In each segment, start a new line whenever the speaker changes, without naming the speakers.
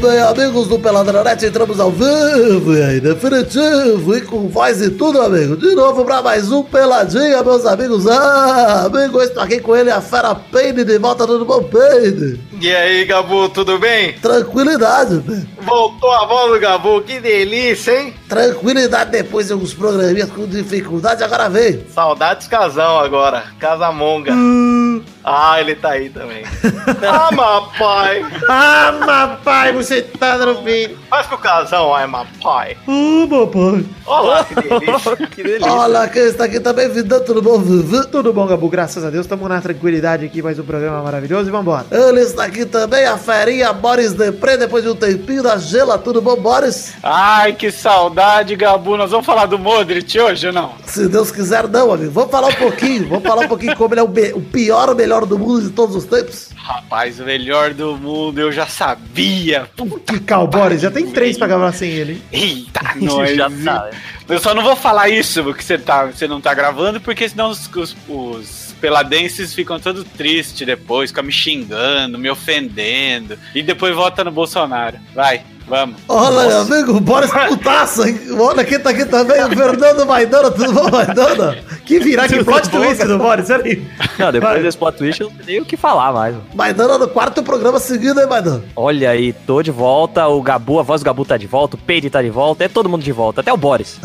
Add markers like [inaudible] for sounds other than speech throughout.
bem, amigos do Peladronete? Entramos ao vivo e definitivo e com voz e tudo, amigo. De novo pra mais um Peladinha, meus amigos. Ah, amigo, eu estou aqui com ele, a fera Peide de volta, tudo bom, Peide?
E aí, Gabu, tudo bem?
Tranquilidade, né? velho.
Voltou a bola do Gabu, que delícia, hein?
Tranquilidade depois de alguns programinhas com dificuldade, agora vem.
Saudades casão agora, Casamonga. Ah, ele tá aí também. [laughs] ah, mas pai.
Ah, papai, você tá dormindo.
Faz pro casão, ai, mas pai.
Ah, papai.
Olá, que delícia.
[laughs] que delícia.
Olha quem está aqui também, vida, tudo bom, Vivi?
Tudo bom, Gabu? Graças a Deus, estamos na tranquilidade aqui, mais um programa maravilhoso e vambora.
Ele está aqui também, a ferinha Boris Depré, depois de um tempinho da gela, tudo bom, Boris?
Ai, que saudade, Gabu. Nós vamos falar do Modric hoje ou não?
Se Deus quiser, não, amigo. Vamos falar um pouquinho, vamos falar um pouquinho como ele é o, be- o pior ou melhor do mundo de todos os tempos.
Rapaz, o melhor do mundo, eu já sabia. Puta,
Que cowboy, já tem três pra gravar sem ele. hein?
[laughs] eita,
Nós
nós.
já
viu?
sabe.
Eu só não vou falar isso porque você, tá, você não tá gravando, porque senão os, os- os peladenses ficam todos tristes depois, ficam me xingando, me ofendendo. E depois vota no Bolsonaro. Vai, vamos.
Olha, meu amigo, bora escutaça, hein? Olha quem tá aqui também, o Fernando Maidana, tudo bom, Maidana?
Que virar, que
Você
plot
foi
twist do Boris, olha aí.
Não, depois
Vai.
desse plot twist eu não sei nem o que falar mais. mano.
Maidana no quarto programa seguido, hein, Maidana?
Olha aí, tô de volta, o Gabu, a voz do Gabu tá de volta, o Peide tá de volta, é todo mundo de volta, até o Boris.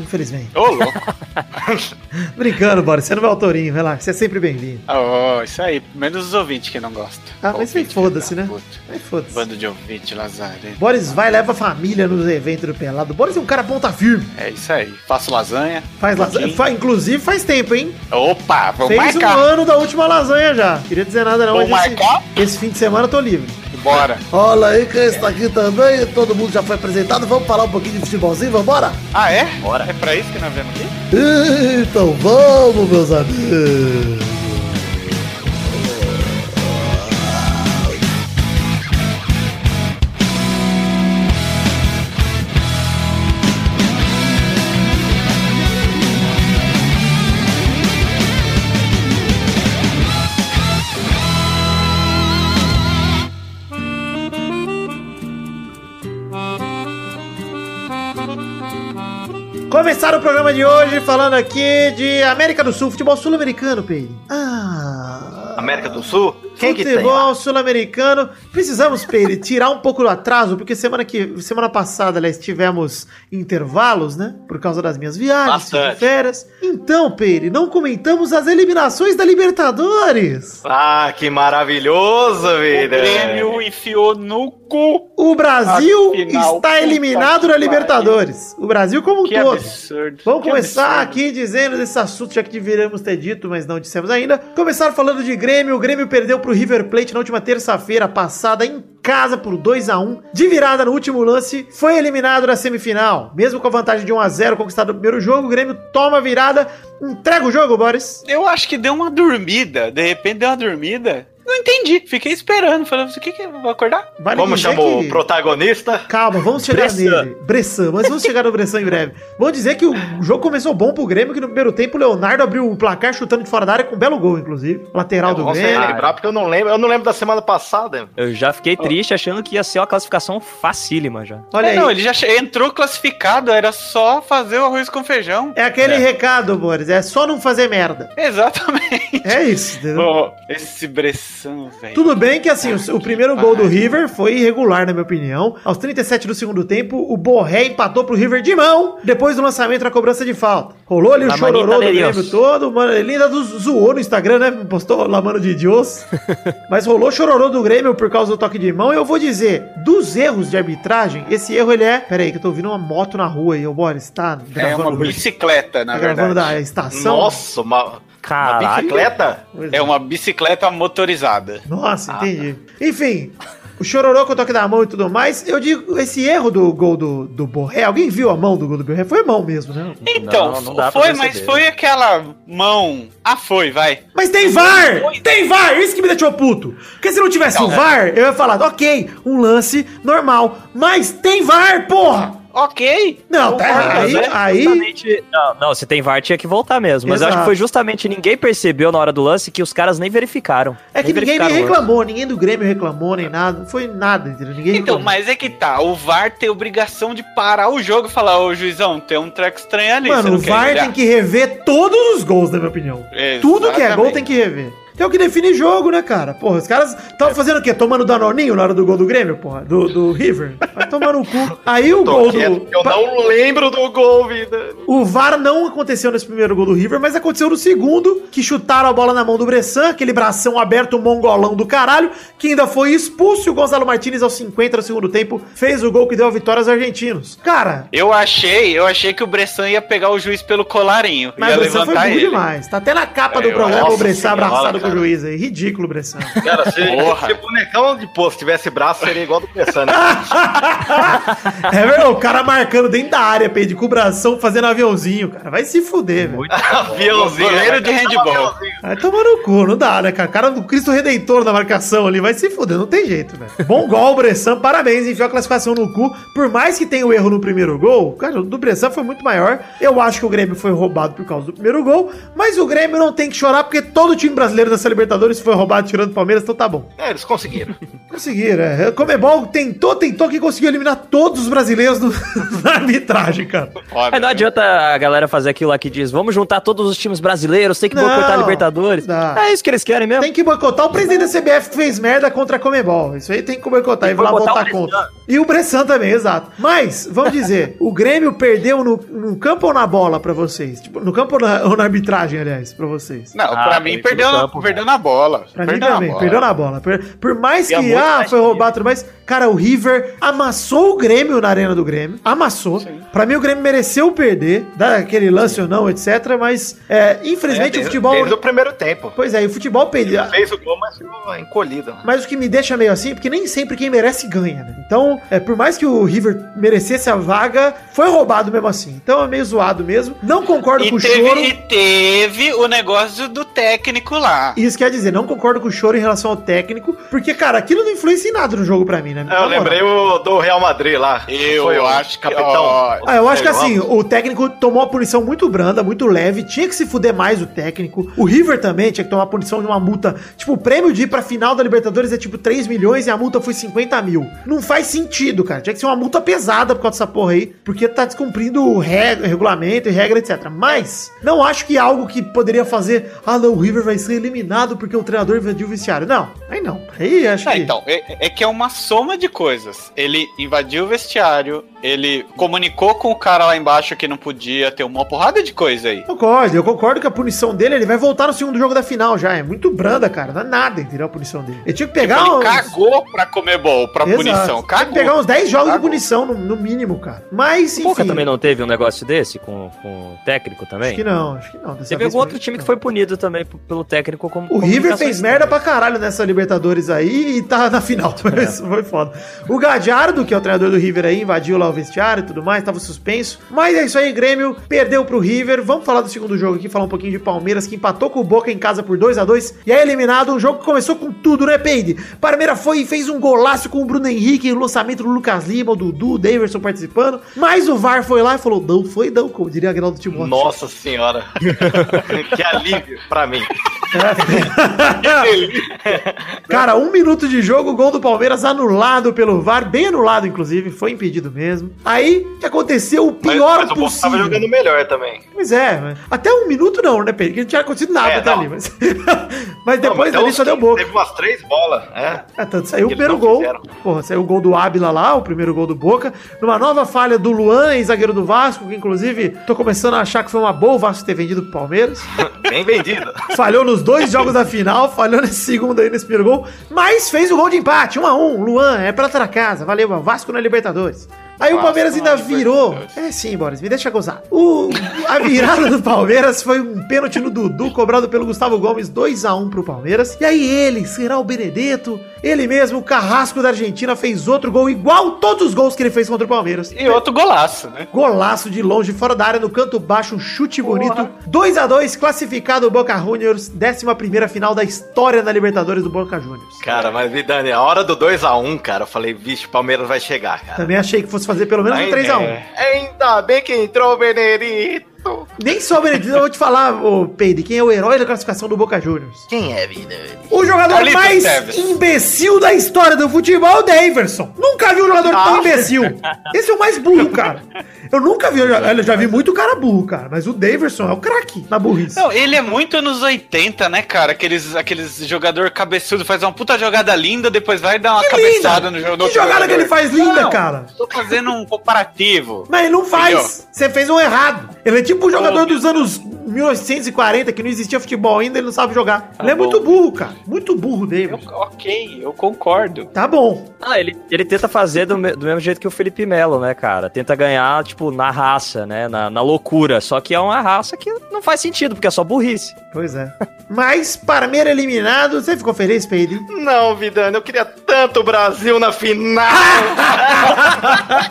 Infelizmente.
É, Ô, louco. [laughs]
Brincando, Boris, você não é o Torinho, vai lá, você é sempre bem-vindo.
Ó, isso aí, menos os ouvintes que não gostam.
Ah, mas
Ouvinte,
foda-se,
filho da
né?
puta.
Ai, foda-se.
Bando de ouvinte, lazarento.
Boris vai, leva a família nos eventos do Pelado. Boris é um cara ponta firme.
É isso aí. Faço lasanha.
Faz lasanha.
Pouquinho.
fa- inclusive faz tempo, hein?
Opa, vou
Fez um
marcar.
ano da última lasanha já. Queria dizer nada não,
Vou
mas esse-
marcar?
Esse, fim de semana eu tô livre.
Bora.
Olha aí quem está aqui também, todo mundo já foi apresentado, vamos falar um pouquinho de futebolzinho, vambora?
Ah, é?
Bora.
É pra isso que nós vemos aqui?
Então vamos, meus amigos.
Começaram o programa de hoje falando aqui de América do Sul, futebol sul-americano, Pedro. Ah.
América do Sul? Quem que tem? lá?
Futebol sul-americano. Precisamos, Pedro, [laughs] tirar um pouco do atraso, porque semana, que, semana passada, aliás, tivemos intervalos, né? Por causa das minhas viagens,
Bastante.
de férias. Então, Pedro, não comentamos as eliminações da Libertadores.
Ah, que maravilhoso,
O
vida.
Grêmio enfiou no cu.
O Brasil
Afinal,
está
puta
eliminado
que
na
pariu.
Libertadores. O Brasil como um
Que
todo.
absurdo.
Vamos
Que
começar
absurdo.
aqui dizendo desse assunto, já que deveríamos ter dito, mas não dissemos ainda. Começaram falando de Grêmio. O Grêmio perdeu pro River Plate na última terça-feira passada em casa por 2 a 1 De virada no último lance, foi eliminado na semifinal. Mesmo com a vantagem de 1 a 0 conquistado no primeiro jogo, o Grêmio toma a virada, entrega o jogo, Boris.
Eu acho que deu uma dormida. De repente deu uma dormida. Não entendi. Fiquei esperando. Falando, o que que eu vou acordar?
Vale
Como
dizer
chamou
que-
o protagonista?
Calma, vamos chegar
Bressan.
nele. Bressan, mas vamos chegar no Bressan em breve. Vamos dizer que o jogo começou bom pro Grêmio, que no primeiro tempo o Leonardo abriu o placar chutando de fora da área com um belo gol, inclusive. Lateral
Eu
do
não sei
Grêmio.
lembrar porque eu não lembro. Eu não lembro da semana passada.
Eu já fiquei triste achando que ia ser uma classificação facílima já.
Olha
É,
aí.
Não, ele já che- entrou classificado. Era só fazer o arroz com feijão. [laughs]
É aquele recado, Boris. É só não fazer merda.
Exatamente.
É isso, entendeu?
Ô, esse Bressan, velho.
Tudo bem que assim, o, o primeiro gol do River foi irregular, na minha opinião. Aos 37 do segundo tempo, o Borré empatou pro River de mão, depois do lançamento na cobrança de falta. Rolou ali o
La
chororô
manita
do
de
Grêmio
Dios.
todo, mano, ele ainda zo- zoou no Instagram, né? Postou lá, mano, de Dios. [laughs] Mas rolou chororô do Grêmio por causa do toque de mão, e eu vou dizer, dos erros de arbitragem, esse erro ele é... Pera aí, que eu tô ouvindo uma moto na rua aí, ô Boris, tá
É
gravando...
uma bicicleta, na
tá
verdade.
gravando da estação?
Nossa, uma, uma
Caralho.
bicicleta?
Pois
É uma bicicleta motorizada.
Nossa,
Ah,
entendi.
tá.
Enfim, o chororô com o toque da mão e tudo mais, eu digo, esse erro do gol do, do Borré, alguém viu a mão do gol do Borré? Foi mão mesmo, né?
Então,
Não, não dá pra
foi, mas
perceber. né?
foi aquela mão. Ah, foi, vai.
Mas tem VAR! Tem VAR! Isso que me deixou puto. Porque se não
é.
tivesse o VAR, eu ia falar, ok, um lance normal, mas tem VAR, porra!
ok.
Não, tá errado.
Concordo,
Aí,
né?
aí.
Justamente- Não, não, se tem VAR tinha que voltar mesmo. Mas eu acho
Exato.
que foi justamente ninguém percebeu na hora do lance que os caras nem verificaram.
É que ninguém nem
verificaram o lance.
reclamou, ninguém do Grêmio reclamou, nem nada. Não foi nada, entendeu? Ninguém
Então,
reclamou.
mas é que tá. O VAR tem obrigação de parar o jogo e falar, ô juizão, tem um track estranho ali. você
Mano,
não
o
quer
VAR
olhar?"
tem que rever todos os gols, na minha opinião. Tudo que é gol tem que rever. Que é o que define jogo, né, cara? Porra, os caras
É.
estavam fazendo o quê? Tomando danoninho na hora do gol do Grêmio, porra? Do, do River? Vai tomar no cu. Aí o
Tô
gol
quieto,
do...
que eu não lembro do gol, vida.
O VAR não aconteceu nesse primeiro gol do River, mas aconteceu no segundo, que chutaram a bola na mão do Bressan, aquele bração aberto mongolão do caralho, que ainda foi expulso e o Gonzalo Martinez aos 50 do segundo tempo fez o gol que deu a vitória aos argentinos. Cara,
Eu achei, eu achei que o Bressan ia pegar o juiz pelo colarinho.
mas
ia
o Bressan foi
levantar
burro
ele. É,
demais. Tá até na capa do
Eu-
programa o
Nossa
Bressan
Senhora,
abraçado com o
cara.
juiz aí. Ridículo, Bressan. [laughs]
Cara, se,
Porra.
se bonecão de poço tivesse braço, seria igual do né? Pessano.
É verdade, o cara marcando dentro da área, pede com o bração, fazendo aviãozinho, cara. Vai se fuder, velho.
[laughs] Aviãozinho.
Goleiro de handball.
Vai tomar no cu, não dá, né, cara? O cara do Cristo Redentor na marcação ali vai se fuder, não tem jeito, velho. Bom gol, Bressan, parabéns, enfiou a classificação no cu. Por mais que tenha o erro no primeiro gol, cara, o do Bressan foi muito maior. Eu acho que o Grêmio foi roubado por causa do primeiro gol, mas o Grêmio não tem que chorar porque todo time brasileiro dessa Libertadores foi roubado tirando o Palmeiras, então tá bom.
É, eles conseguiram.
Conseguiram, é. Comebol tentou, tentou que conseguiu eliminar todos os brasileiros do, [laughs] na arbitragem, cara.
Foda.
Mas
né?
não adianta a galera fazer aquilo lá que diz, vamos juntar todos os times brasileiros, tem que
Não,
boicotar a Libertadores.
não.
É isso que eles querem mesmo.
Tem que boicotar o presidente da CBF que fez merda contra a Comebol. Isso aí tem que boicotar e
que
vai lá
boicotar
votar
o Bressan.
contra. E o Bressan também, exato. Mas, vamos dizer, o Grêmio perdeu no, no campo ou na bola pra vocês? Tipo, no campo ou na, ou na arbitragem, aliás, pra vocês?
Não,
Ah,
pra
foi
mim
pelo
perdeu, na-
campo,
perdeu na bola.
Pra mim também, perdeu na bola. Per- Por mais que, ah, foi roubado, tudo mais, cara, o River amassou o Grêmio na arena do Grêmio, amassou. Pra mim, o Grêmio mereceu perder, dá aquele lance ou não, etc, mas, é, infelizmente,
É,
o
desde-
futebol... né?
Desde o primeiro tempo.
Pois é, e o futebol perdeu...
Fez o gol, mas ficou encolhido.
Mas o que me deixa meio assim, é porque nem sempre quem merece ganha, né? Então, é, por mais que o River merecesse a vaga, foi roubado mesmo assim. Então é meio zoado mesmo. Não concordo
E
com o
teve,
choro.
e teve o negócio do técnico lá.
Isso quer dizer, não concordo com o choro em relação ao técnico, porque, cara, aquilo não influencia em nada no jogo pra mim, né? Na
Eu
moral.
lembrei o do Real Madrid lá.
Eu
Foi o
acho que-
capitão.
ó,
Ah, eu acho que
Sei lá,
assim, o técnico tomou uma punição muito branda, muito leve, tinha que se fuder mais o técnico. O River também tinha que tomar punição de uma multa. Tipo, o prêmio de ir pra final da Libertadores é tipo 3 milhões e a multa foi 50 mil. Não faz sentido, cara. Tinha que ser uma multa pesada por causa dessa porra aí, porque tá descumprindo o reg- regulamento e regra, etc. Mas, não acho que é algo que poderia fazer, ah, não, o River vai ser eliminado porque o treinador invadiu o vestiário. Não, aí não. Aí acho
Ah,
que.
então, é, é que é uma soma de coisas. Ele invadiu o vestiário, ele comunicou com o cara lá embaixo que não podia ter uma porrada de coisa aí.
Concordo, eu concordo que a punição dele, ele vai voltar no segundo jogo da final já. É muito branda, cara. Não é nada, entendeu? A punição dele. Ele tinha que pegar
Ele
uns-
cagou pra comer bol, pra
Exato.
punição.
Tinha que
Cagou.
pegar uns 10 jogos de
Cagou.
punição, no, no mínimo, cara. Mas,
O
enfim.
Boca também não teve um negócio desse com, com o técnico também?
Acho que não, acho que não. Dessa
Teve
vez
algum
foi-
outro time que foi punido também p- pelo técnico como.
O River fez
comunicações.
merda pra caralho nessa Libertadores aí e tá na final. [laughs] Isso foi foda. O Gadiardo, que é o treinador do River aí, invadiu lá o vestiário e tudo mais, tava suspenso. Mas é isso aí, Grêmio perdeu pro River. Vamos falar do segundo jogo aqui, falar um pouquinho de Palmeiras, que empatou com o Boca em casa por 2 a 2 e é eliminado. Um jogo que começou com tudo, né, Peide? Palmeiras foi e fez um golaço com o Bruno Henrique, o lançamento do Lucas Lima, o Dudu, o Davidson participando. Mas o VAR foi lá e falou: não foi, não, como diria Agnaldo Timóteo.
Nossa senhora. [laughs] que alívio pra mim.
Cara, um minuto de jogo, gol do Palmeiras anulado pelo VAR, bem anulado, inclusive, foi impedido mesmo. Aí, o que aconteceu? O pior
mas, mas o povo tava
possível.
jogando melhor também.
Pois é, mas- até um minuto não, né, Pedro? Porque não tinha acontecido nada
É,
até
não.
ali. Mas, [laughs] mas
Não, mas é
depois
tem
ali
uns
só deu
que
boca.
Teve umas três bolas. É.
É, tanto saiu o
né? Eles
primeiro
não
gol.
fizeram.
Porra, saiu o gol do Ábila lá, o primeiro gol do Boca. Numa nova falha do Luan, ex-zagueiro do Vasco, que inclusive tô começando a achar que foi uma boa o Vasco ter vendido pro Palmeiras.
Bem vendido.
Falhou nos dois jogos da final, falhou nesse segundo aí, nesse primeiro gol, mas fez o gol de empate, 1 um a 1 um. Luan, é pra outra casa, valeu, mano. Vasco na Libertadores. Aí o
Vasco
Palmeiras
na
ainda virou.
Libertadores.
É sim, Boris, me deixa gozar. O, a virada do Palmeiras foi um pênalti no Dudu, cobrado pelo Gustavo Gomes, 2 a 1 pro Palmeiras. E aí ele, será o Benedetto? Ele mesmo, o carrasco da Argentina, fez outro gol igual todos os gols que ele fez contra o Palmeiras.
E outro golaço, né?
Golaço de longe, fora da área, no canto baixo, um chute bonito. 2 a 2 classificado o Boca Juniors, 11 final da história da Libertadores do Boca Juniors.
um, Cara, mas e Dani, a hora do 2x1, cara, eu falei, vixe, o Palmeiras vai chegar, cara.
Também achei que fosse fazer pelo menos um
Ai,
3x1.
né?
é. Ainda bem que entrou o Benedito.
Nem só o Benedito, eu vou te falar, ô Pedro, quem é o herói da classificação do Boca Juniors.
Quem é, Vida?
O jogador
Carlitos
mais
Tevez.
imbecil da história do futebol é o Daverson. Nunca vi um jogador tão
Ah.
imbecil. Esse é o mais burro, cara. Eu nunca vi, eu já, eu já vi muito cara burro, cara. Mas o Daverson é o craque na burrice.
Não, ele é muito anos 80, né, cara? Aqueles, aqueles jogador cabeçudo faz uma puta jogada linda, depois vai dar uma cabeçada no jogo.
Que jogada que ele faz linda,
Não.
cara.
Tô fazendo um comparativo.
Mas ele não faz.
Entendeu?
Você fez um errado. Ele é tipo um jogador
Oh,
dos anos 1940, que não existia futebol ainda, ele não sabe jogar. ele é
bom.
muito burro, cara. Muito burro, o
Eu-
Daverson.
ok, eu concordo.
Tá bom.
Ah, ele, ele tenta fazer do, me- do mesmo jeito que o Felipe Melo, né, cara? Tenta ganhar, tipo, na raça, né? Na, na loucura. Só que é uma raça que não faz sentido, porque é só burrice.
Pois é. Mas, Parmeira eliminado, você ficou feliz, Pedro?
Não, Vidano, eu queria tanto o Brasil na final.
Ah!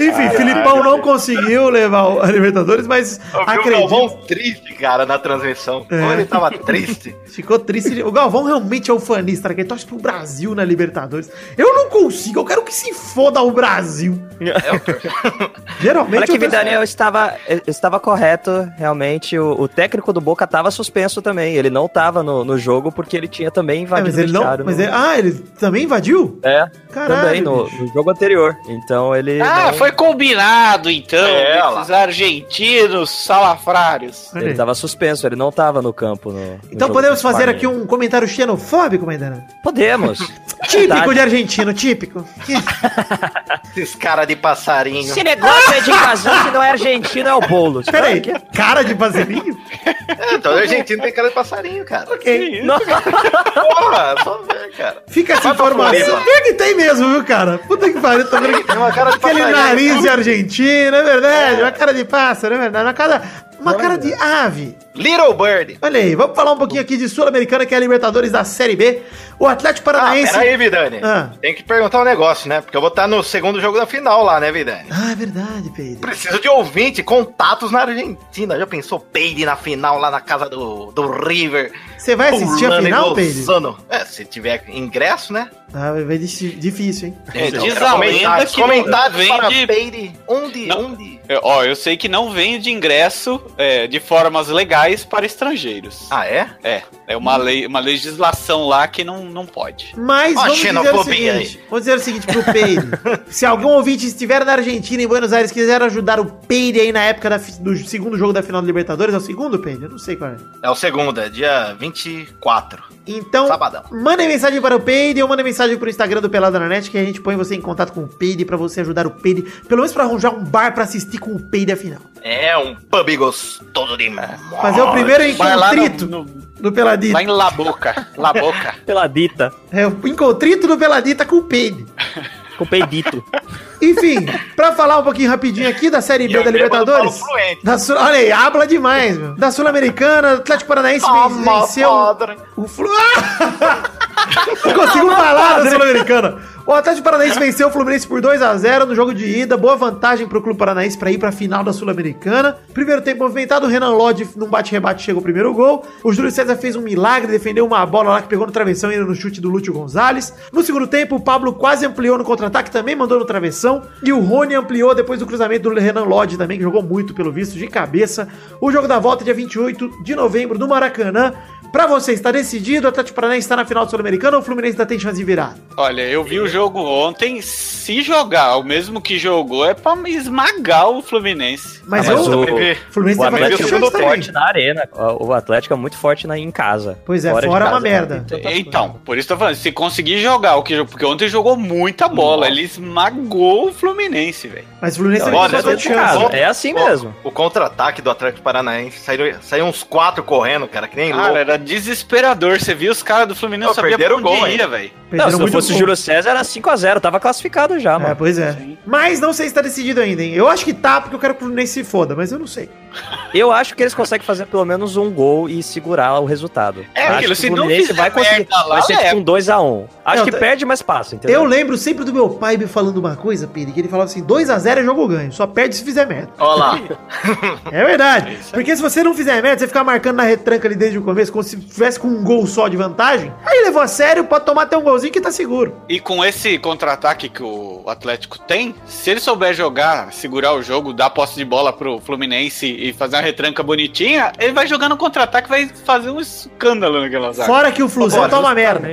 Enfim, Filipão não conseguiu levar o- a Libertadores, mas
Eu vi o
acredito.
Galvão triste, cara, na transmissão.
É.
Como ele tava triste.
Ficou triste. O Galvão realmente é um fanista, que torce pro Brasil na Libertadores. Eu não consigo, eu quero que se foda o Brasil.
É,
Geralmente
Olha que
eu torço-
Vidani, eu estava, eu estava correto, realmente. O, o técnico do Boca tava suspenso também. Ele não tava no, no jogo porque ele tinha também
Ah,
invadido
mas ele
o
não.
vestiário
Mas
no-
ele- ah, ele também invadiu?
É,
Caralho.
também no,
bicho.
no jogo anterior. Então ele.
Ah,
não-
foi combinado então.
né? É,
esses argentinos salafrários.
Olha aí.
Ele tava suspenso, ele não tava no campo. no- no
Então
jogo
podemos
contra o
fazer aqui
Flamengo.
um comentário xenofóbico, Maidana? [laughs]
Podemos.
Típico
Verdade.
de argentino, típico.
Esses caras de passarinho.
Esse negócio é de invasão que não é argentino, é o bolo. [laughs]
Peraí, cara de vaselinho?
É, todo argentino tem cara de passarinho, cara.
Ok.
Porra, só ver, cara.
Fica essa
Vai pra
informação.
Floripa.
Pior que tem mesmo, viu, cara? Puta que pariu, tô vendo que-
Tem uma cara de
Aquele
passarinho.
nariz de argentino, é verdade. Uma cara de pássaro, é verdade. Uma cara, uma cara de ave.
Little Bird.
Olha aí, vamos falar um pouquinho aqui de Sul-Americana, que é a Libertadores da Série B. O Atlético
Ah,
Paranaense.
peraí, Vidani.
Ah.
Tem que perguntar um negócio, né? Porque eu vou estar no segundo jogo da final lá, né, Vidani?
Ah, é verdade, Pedro.
Preciso de ouvinte, contatos na Argentina. Já pensou Peide na final lá na casa do, do River?
Você vai assistir a
Pulando e
final, Pedro?
gozando. É, se tiver ingresso, né?
Ah, vai vai dif- difícil, hein?
Então,
É, Diz
quero
a lenda
comentários,
que não
comentários para
vende
Peide. Um Onde,
Não.
onde?
Eu- Ó, eu sei que não vende ingresso é, de formas legais para estrangeiros.
Ah, é?
É, é uma, lei, uma legislação lá que não, não pode.
Mas
Ó,
vamos dizer, o
xenofobia
seguinte, vamos dizer o seguinte pro
[laughs]
Peide. Se algum ouvinte estiver na Argentina, em Buenos Aires, quiser ajudar o Peide aí na época da fi- do segundo jogo da final do Libertadores, é o segundo, Peide? Eu não sei qual é.
É o segundo, é dia 24,
Então,
sabadão.
mandem mensagem para o Peide ou mandem mensagem pro Instagram do Pelada na Net, que a gente põe você em contato com o Peide pra você ajudar o Peide, pelo menos pra arranjar um bar pra assistir com o Peide a final.
É um pub gostoso demais.
Fazer é o primeiro
Vai lá, no-
encontrito
no-
do Peladito.
lá em La Boca.
[laughs]
La Boca.
Pela dita,
É, o encontrito do Peladita com o Peide.
com
[laughs]
peidito.
Enfim, pra falar um pouquinho rapidinho aqui da Série
E
B
eu
da
bebo do Paulo
Libertadores.
Fluente.
Da Sul... Olha aí, habla demais, meu. Da Sul-Americana, Atlético Paranaense ven-
Toma,
venceu
padre.
é o Flu. [laughs] Não consigo falar da Sul-Americana. O Atlético Paranaense venceu o Fluminense por 2 a 0 no jogo de ida. Boa vantagem pro Clube Paranaense pra ir pra final da Sul-Americana. Primeiro tempo movimentado, o Renan Lodge num bate-rebate chega o primeiro gol. O Júlio César fez um milagre, defendeu uma bola lá que pegou no travessão e no chute do Lúcio Gonzalez. No segundo tempo, o Pablo quase ampliou no contra-ataque, também mandou no travessão. E o Rony ampliou depois do cruzamento do Renan Lodge também, que jogou muito, pelo visto, de cabeça. O jogo da volta é dia 28 de novembro no Maracanã. Pra você, está decidido, o Atlético Paranaense está na final do Sul-Americana ou o Fluminense ainda tem chance de virar?
Olha, eu vi o jogo ontem. Se jogar, o mesmo que jogou, é pra esmagar o Fluminense.
Mas,
Ah, mas
eu,
o-
é o Fluminense tem
O
bastante
Atlético é
Atlético
chance
muito
jogou
também.
forte na arena. O o Atlético é muito forte na, em casa.
Pois é,
de
fora é uma
casa,
merda.
né? Tem tantas
Então, por isso eu tô falando, se conseguir jogar o que jogou, porque ontem jogou muita bola, ele esmagou o Fluminense, velho.
Mas o Fluminense
coisas.
Olha,
também tem
Então,
bastante
dentro de
chance.
casa.
chance.
É assim
Ó,
mesmo.
O contra-ataque do Atlético Paranaense saiu, saiu uns quatro correndo, cara, que nem
Cara,
louco.
era desesperador, você viu os caras do Fluminense,
Pô,
não sabia pra
perderam
onde
o gol,
ia, velho.
Não, se não
muito
fosse o
gol.
Júlio César, era 5x0. Tava classificado já,
É,
mano.
pois é. Mas não sei se tá decidido ainda, hein? Eu acho que tá, porque eu quero que o Fluminense se foda, mas eu não sei.
Eu acho que eles conseguem fazer pelo menos um gol e segurar o resultado.
É
acho
aquilo,
que
se
o
não
Fluminense
fizer
vai conseguir.
merda lá, é.
vai ser
leva.
tipo um 2x1. Acho
Não,
que
tá-
perde, mas passa,
Eu
entendeu?
lembro sempre do meu pai me falando uma coisa, Pedro, que ele falava assim: 2x0 é jogo ganho, só perde se fizer merda.
Olha lá.
É
É verdade. Porque se você não fizer merda, você ficar marcando na retranca ali desde o começo, se tivesse com um gol só de vantagem, aí levou a sério, pode tomar até um golzinho que tá seguro.
E com esse contra-ataque que o Atlético tem, se ele souber jogar, segurar o jogo, dar posse de bola pro Fluminense e fazer uma retranca bonitinha, ele vai jogar no contra-ataque e vai fazer um escândalo naquela zaga.
Fora que o Flusão
Agora,
toma merda.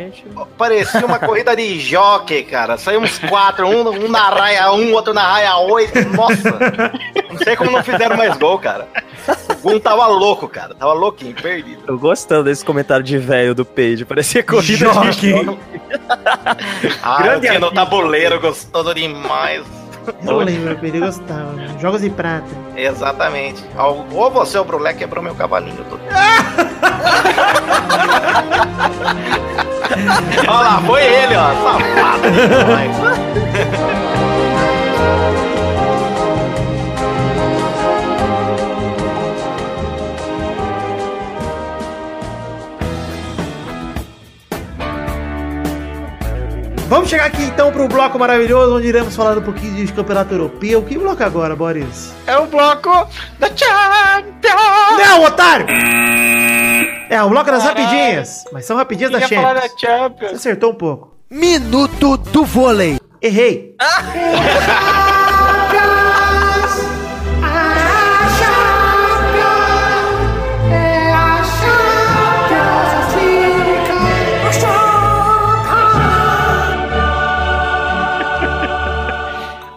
Parecia uma corrida de jockey, cara. Saiu uns quatro, um, um na raia um, outro na raia oito. Nossa, não sei como não fizeram mais gol, cara. O Gun tava louco, cara. Tava louquinho, perdido.
Tô gostando desse comentário de velho do Page. Parecia corrida de
Jockey.
Ah,
Grande
Grande no tabuleiro, gostoso demais.
Eu lembro, ele gostava. né? Jogos de prata.
Exatamente. Ao- Ou você, o Brulé, quebrou meu cavalinho. Todo. Olha lá, foi ele, ó. Safado demais.
Vamos chegar aqui então pro bloco maravilhoso, onde iremos falar um pouquinho de campeonato europeu. Que bloco agora, Boris?
É o bloco da Champions!
Não, otário! É, o bloco das rapidinhas. Mas são rapidinhas da
Queria falar
Champions.
da Champions.
Você acertou um pouco.
Minuto do vôlei.
Errei.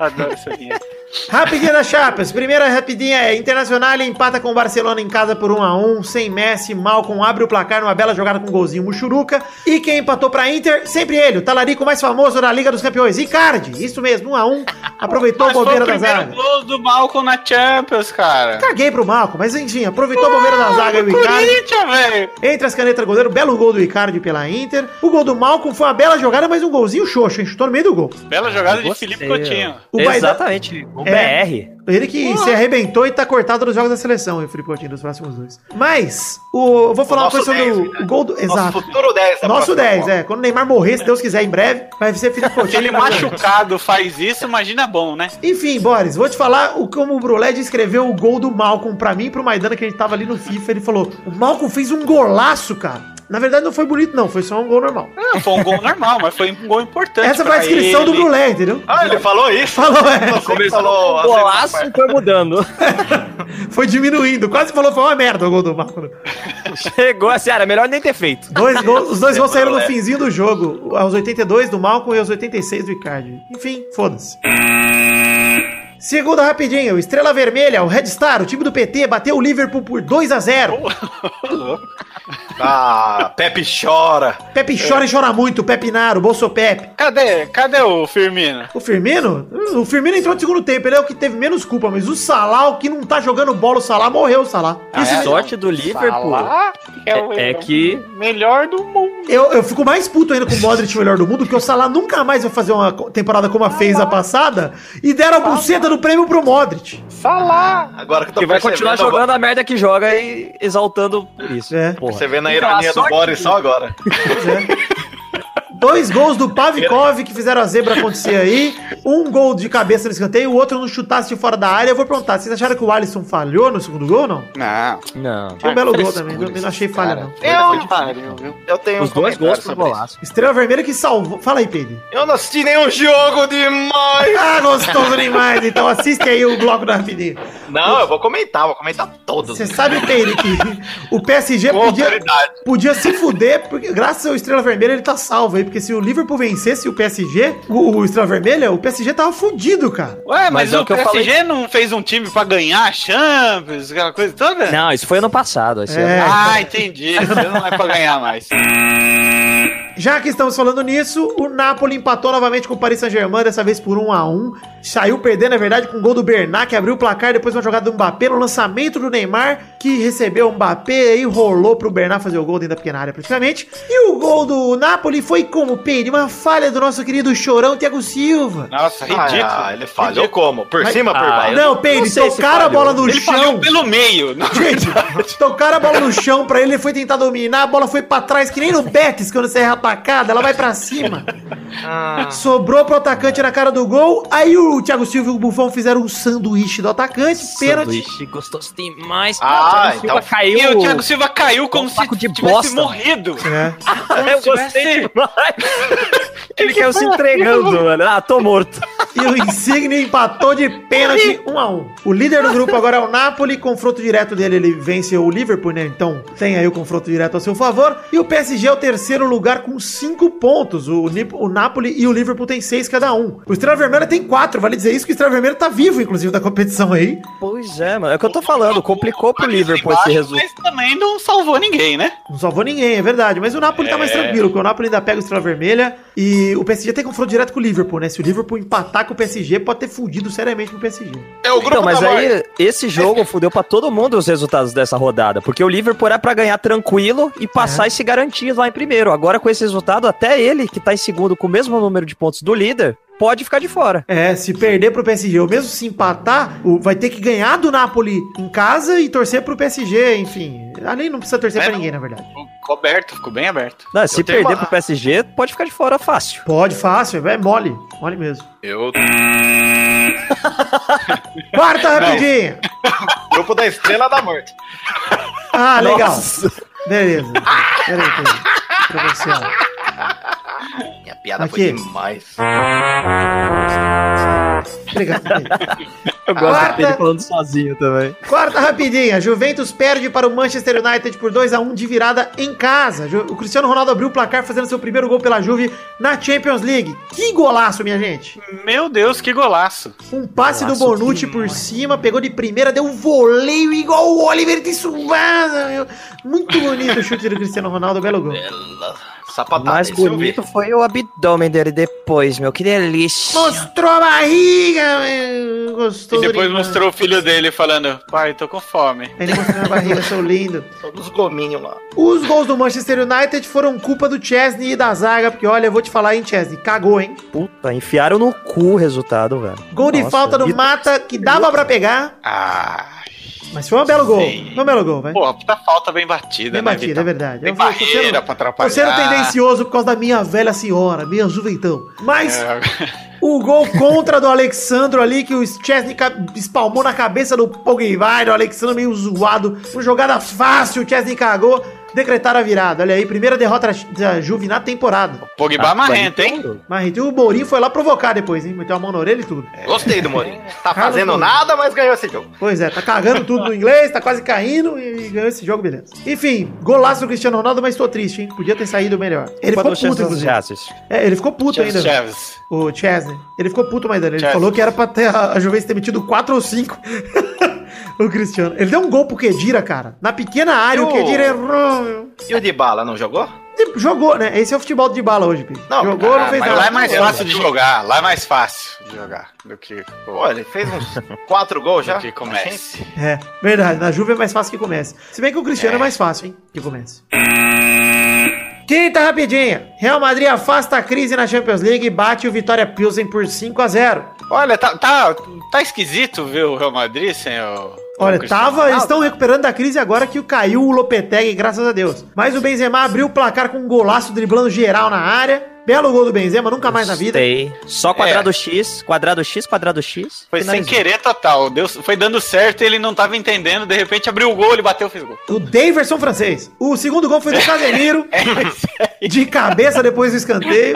Adoro essa linha.
Rapidinha da Chapas. Primeira rapidinha é Internacional empata com o Barcelona em casa por 1 a 1 Sem Messi, Malcom abre o placar numa bela jogada com um golzinho Muchuruca. E quem empatou pra Inter, sempre ele, o talarico mais famoso da Liga dos Campeões, Icardi. Isso mesmo, 1 a 1 Aproveitou a
Mas foi
bobeira
o
da
primeiro
zaga. Tá
gol do Malcolm na Champions, cara.
Caguei pro Malcom, mas enfim, aproveitou a bobeira da zaga e o Icardi.
Corinthians, velho.
Entre as canetas do goleiro, belo gol do Icardi pela Inter. O gol do Malcom foi uma bela jogada, mas um golzinho xoxo, hein? Chutou no meio do gol.
Bela jogada de
Gostei,
Felipe
ó.
Coutinho.
O Baidá-
Exatamente. O
É.
BR.
Ele que se arrebentou e tá cortado dos jogos da seleção, hein, Felipe Coutinho, dos próximos dois. Mas, o, eu vou falar uma
nosso
coisa sobre
10,
o, o gol do...
Nosso
Exato.
futuro 10. da
Nosso
próxima
10,
Copa.
é. Quando o Neymar morrer, se Deus quiser, em breve, vai ser Felipe Coutinho.
Se ele
tá jogando.
machucado faz isso, imagina bom, né?
Enfim, Boris, vou te falar o como o Brulé descreveu o gol do Malcolm pra mim e pro Maidana, que a gente tava ali no FIFA. Ele falou: o Malcolm fez um golaço, cara. Na verdade, não foi bonito, não. Foi só um gol normal.
Não, foi um gol normal, mas foi um gol importante.
Essa foi a
pra
descrição
ele.
do Brulé, entendeu?
Ah, ele falou isso?
Falou, é.
Você que falou. assim, a
um Golaço
segunda
foi mudando.
Foi diminuindo. Quase falou: foi uma merda o gol do Malcolm.
[laughs] Chegou assim, ah, era melhor nem ter feito.
Dois gols, os dois gols saíram no
Brulé.
finzinho do jogo. Aos 82 do Malcolm e aos 86 do Icardi. Enfim, foda-se. Segunda rapidinho, Estrela Vermelha, o Red Star, o time do PT, bateu o Liverpool por 2 a 0
parte. Ah, Pepe chora.
Pepe chora e chora muito, Pepe Naro, Bolso Pepe.
Cadê? Cadê o Firmino?
O Firmino? O Firmino entrou no segundo tempo, ele é o que teve menos culpa, mas o Salah, o que não tá jogando bola, o Salah morreu, o Salah.
Ah,
A
Isso-
sorte do Liverpool
Salah é, o
é, é que
melhor do mundo.
eu, eu fico mais puto ainda com o Modric o melhor do mundo, porque o Salah nunca mais vai fazer uma co- temporada como a fez a passada, e deram a buceta do prêmio pro Modric.
Salah.
Agora que eu tô
que vai continuar
percebendo,
jogando a merda que joga e exaltando por isso.
É.
Porra.
Você vê na
Então, a
ironia do
sorte-
Boris só agora.
Pois é. Dois gols do Pavkov que fizeram a zebra acontecer aí. Um gol de cabeça no escanteio, o outro no chutasse de fora da área. Eu vou perguntar, vocês acharam que o Alisson falhou no segundo gol ou não?
Não.
Não.
Ah,
Foi um belo gol também, não, não achei falha não.
Eu,
Pariu, viu?
eu tenho
Os dois gols
comentário
pro
sobre isso.
golaço.
Estrela Vermelha que salvou. Fala aí, Pedro.
Eu não assisti nenhum jogo demais.
Ah, gostoso demais. Então assiste aí o bloco da rapidinho.
Não, eu vou comentar, vou comentar todos.
Você sabe, Pedro, que o PSG
Com
podia,
autoridade.
podia se fuder, porque graças ao Estrela Vermelha ele tá salvo aí. Porque se o Liverpool vencesse o PSG, o, o Estrela Vermelha, o PSG tava fudido, cara.
Ué, mas,
Mas é
o,
o que eu
PSG não fez um time pra ganhar a Champions, aquela coisa toda?
Não, isso foi ano passado. Esse
É.
ano.
Ah, entendi. Você não é pra ganhar mais.
Já que estamos falando nisso, o Napoli empatou novamente com o Paris Saint-Germain, dessa vez por 1 a 1 Saiu perdendo, é verdade, com o gol do Bernat, que abriu o placar depois de uma jogada do Mbappé no lançamento do Neymar, que recebeu o Mbappé e rolou pro Bernat fazer o gol dentro da pequena área praticamente. E o gol do Napoli foi como, Pedro? Uma falha é do nosso querido chorão Thiago Silva.
Nossa, ridículo.
Ah, ele falhou como? Por
Mas-
cima, por
é Ah,
baixo?
eu
não,
não
Pedro,
sei se
tocaram a
falhou.
bola no
Ele falhou
chão.
pelo meio. Não.
Gente, tocaram a bola no chão pra ele, ele foi tentar dominar, a bola foi pra trás, que nem no Betis, quando você erra a pacada, ela vai pra cima.
Ah,
Sobrou pro atacante na cara do gol. Aí o Thiago Silva e o Bufão fizeram um sanduíche do atacante, pênalti.
Sanduíche gostoso demais.
Ah,
Não, o Thiago Silva
então-
caiu.
E o Thiago Silva caiu como
Um
se
saco de
tivesse
bosta.
morrido.
É.
Eu
[laughs]
gostei demais. Ele caiu se entregando, mano. Ah, tô morto.
E o Insigne empatou de pênalti 1 a 1 O líder do grupo agora é o Napoli. Confronto direto dele, ele vence o Liverpool, né? Então tem aí o confronto direto a seu favor. E o PSG é o terceiro lugar com 5 pontos. O, Nip- o Napoli e o Liverpool tem 6 cada um. O Estrela Vermelha tem 4. Vale dizer isso que o Estrela Vermelha tá vivo, inclusive, da competição aí.
Pois é, mano. É o que eu tô falando. Complicou pro Liverpool esse resultado.
Mas também não salvou ninguém, né?
Não salvou ninguém, é verdade. Mas o Napoli tá mais tranquilo, porque o Napoli ainda pega o Estrela Vermelha. E o PSG tem confronto direto com o Liverpool, né? Se o Liverpool empatar com o PSG, pode ter fudido seriamente com o PSG.
é o grupo
Então, mas
da morte.
aí esse jogo fudeu pra todo mundo os resultados dessa rodada, porque o Liverpool era pra ganhar tranquilo e passar e se garantir lá em primeiro. Agora com esse resultado, até ele que tá em segundo com o mesmo número de pontos do líder, pode ficar de fora.
É, se perder pro PSG, ou mesmo se empatar, o- vai ter que ganhar do Napoli em casa e torcer pro PSG, enfim. Ali não precisa torcer
É,
pra
não.
ninguém, na verdade.
Ficou aberto, ficou bem aberto.
Não, se
Eu tenho
perder
uma-
pro PSG, pode ficar de fora fácil.
Pode, fácil, é mole, mole mesmo.
Eu
[laughs] Quarta rapidinha!
Grupo da Estrela da Morte.
Ah, legal.
Nossa.
Beleza. Peraí, peraí. Pra você, ó.
Minha piada
Aqui.
foi demais.
Ah.
Obrigado.
Eu gosto
Quarta-
dele falando sozinho também.
Quarta rapidinha. Juventus perde para o Manchester United por 2 a 1 de virada em casa. Ju- O Cristiano Ronaldo abriu o placar fazendo seu primeiro gol pela Juve na Champions League. Que golaço, minha gente!
Meu Deus, que golaço.
Um passe do
Golaço
Bonucci por cima, pegou de primeira, deu um voleio igual o Oliver de Suvana. Muito bonito o chute do Cristiano Ronaldo, belo gol.
Bela
O
sapatada.
mais
esse eu vi.
bonito foi o abdômen dele depois, meu. Que delícia.
Mostrou a barriga, meu.
E
gostou.
depois mostrou o filho dele falando: Pai, tô com fome.
Ele mostrou a barriga, sou lindo.
Todos os gominhos lá.
Os gols do Manchester United foram culpa do Chesney e da zaga, porque olha, eu vou te falar, hein, Chesney, cagou, hein?
Puta, enfiaram no cu o resultado, velho.
Gol de
Nossa,
falta do
Vitor-
Mata, que dava pra pegar,
Ah,
mas foi um belo gol.
Sim.
Foi um belo gol, vai.
pô, puta falta bem batida,
Bem
né?
batido, é
Vitão?
verdade.
Tem
Eu vou- tô sendo-
barreira pra atrapalhar.
Tô sendo tendencioso por causa da minha velha senhora, minha juventão. Mas
É,
o Um gol contra do Alexandro ali, que o Chesney ca- espalmou na cabeça do Pogba, o Alexandro meio zoado. Uma jogada fácil, o Chesney cagou, decretaram a virada. Olha aí, primeira derrota da Juve na temporada.
Ah,
Pogba marrento, hein?
Mas então o Mourinho foi lá provocar depois, hein? Meteu a mão na orelha e tudo.
É.
Gostei do Mourinho. Tá
Carlos
fazendo
Mourinho.
nada, mas ganhou esse jogo.
Pois é, tá cagando tudo no inglês, tá quase caindo e ganhou esse jogo, beleza. Enfim, golaço do Cristiano Ronaldo, mas tô triste, hein? Podia ter saído melhor. Ele ficou puto, inclusive. É, ele ficou puto ainda.
Chaves, Chaves.
O Chesney. Ele ficou puto, mas Dani, ele
Chesney.
falou que era pra ter a, a Juventus ter metido 4 ou 5. [laughs] o Cristiano. Ele deu um gol pro Kedira, cara. Na pequena área, o
Eu-
Kedira errou. meu.
E o Dybala não jogou?
Ele Jogou, né? Esse é o futebol de bala hoje, Pedro.
Não,
Jogou,
ah,
não fez
Mas
nada.
lá é mais fácil de jogar, lá é mais fácil de jogar do que.
Pô, ele fez uns quatro gols já.
do que comece.
É, verdade. Na Juve é mais fácil que comece. Se bem que o Cristiano é, mais fácil, hein? Que comece. Quinta rapidinha. Real Madrid afasta a crise na Champions League e bate o Vitória Pilsen por 5 a 0
Olha, tá, tá, tá esquisito ver o Real Madrid sem o. o
Olha,
Cristiano
tava, eles
Ronaldo.
estão recuperando da crise agora que caiu o Lopetegui, graças a Deus. Mas o Benzema abriu o placar com um golaço driblando geral na área. Belo gol do Benzema, nunca Tá mais na vida. É.
Sei. Só quadrado X, quadrado X, quadrado X.
Foi sem
finalizou.
querer total. Deu, foi dando certo e ele não tava entendendo. De repente abriu o gol, ele bateu, fez gol.
O Daverson francês. O segundo gol foi
[laughs] É,
do Casemiro, de cabeça depois do escanteio.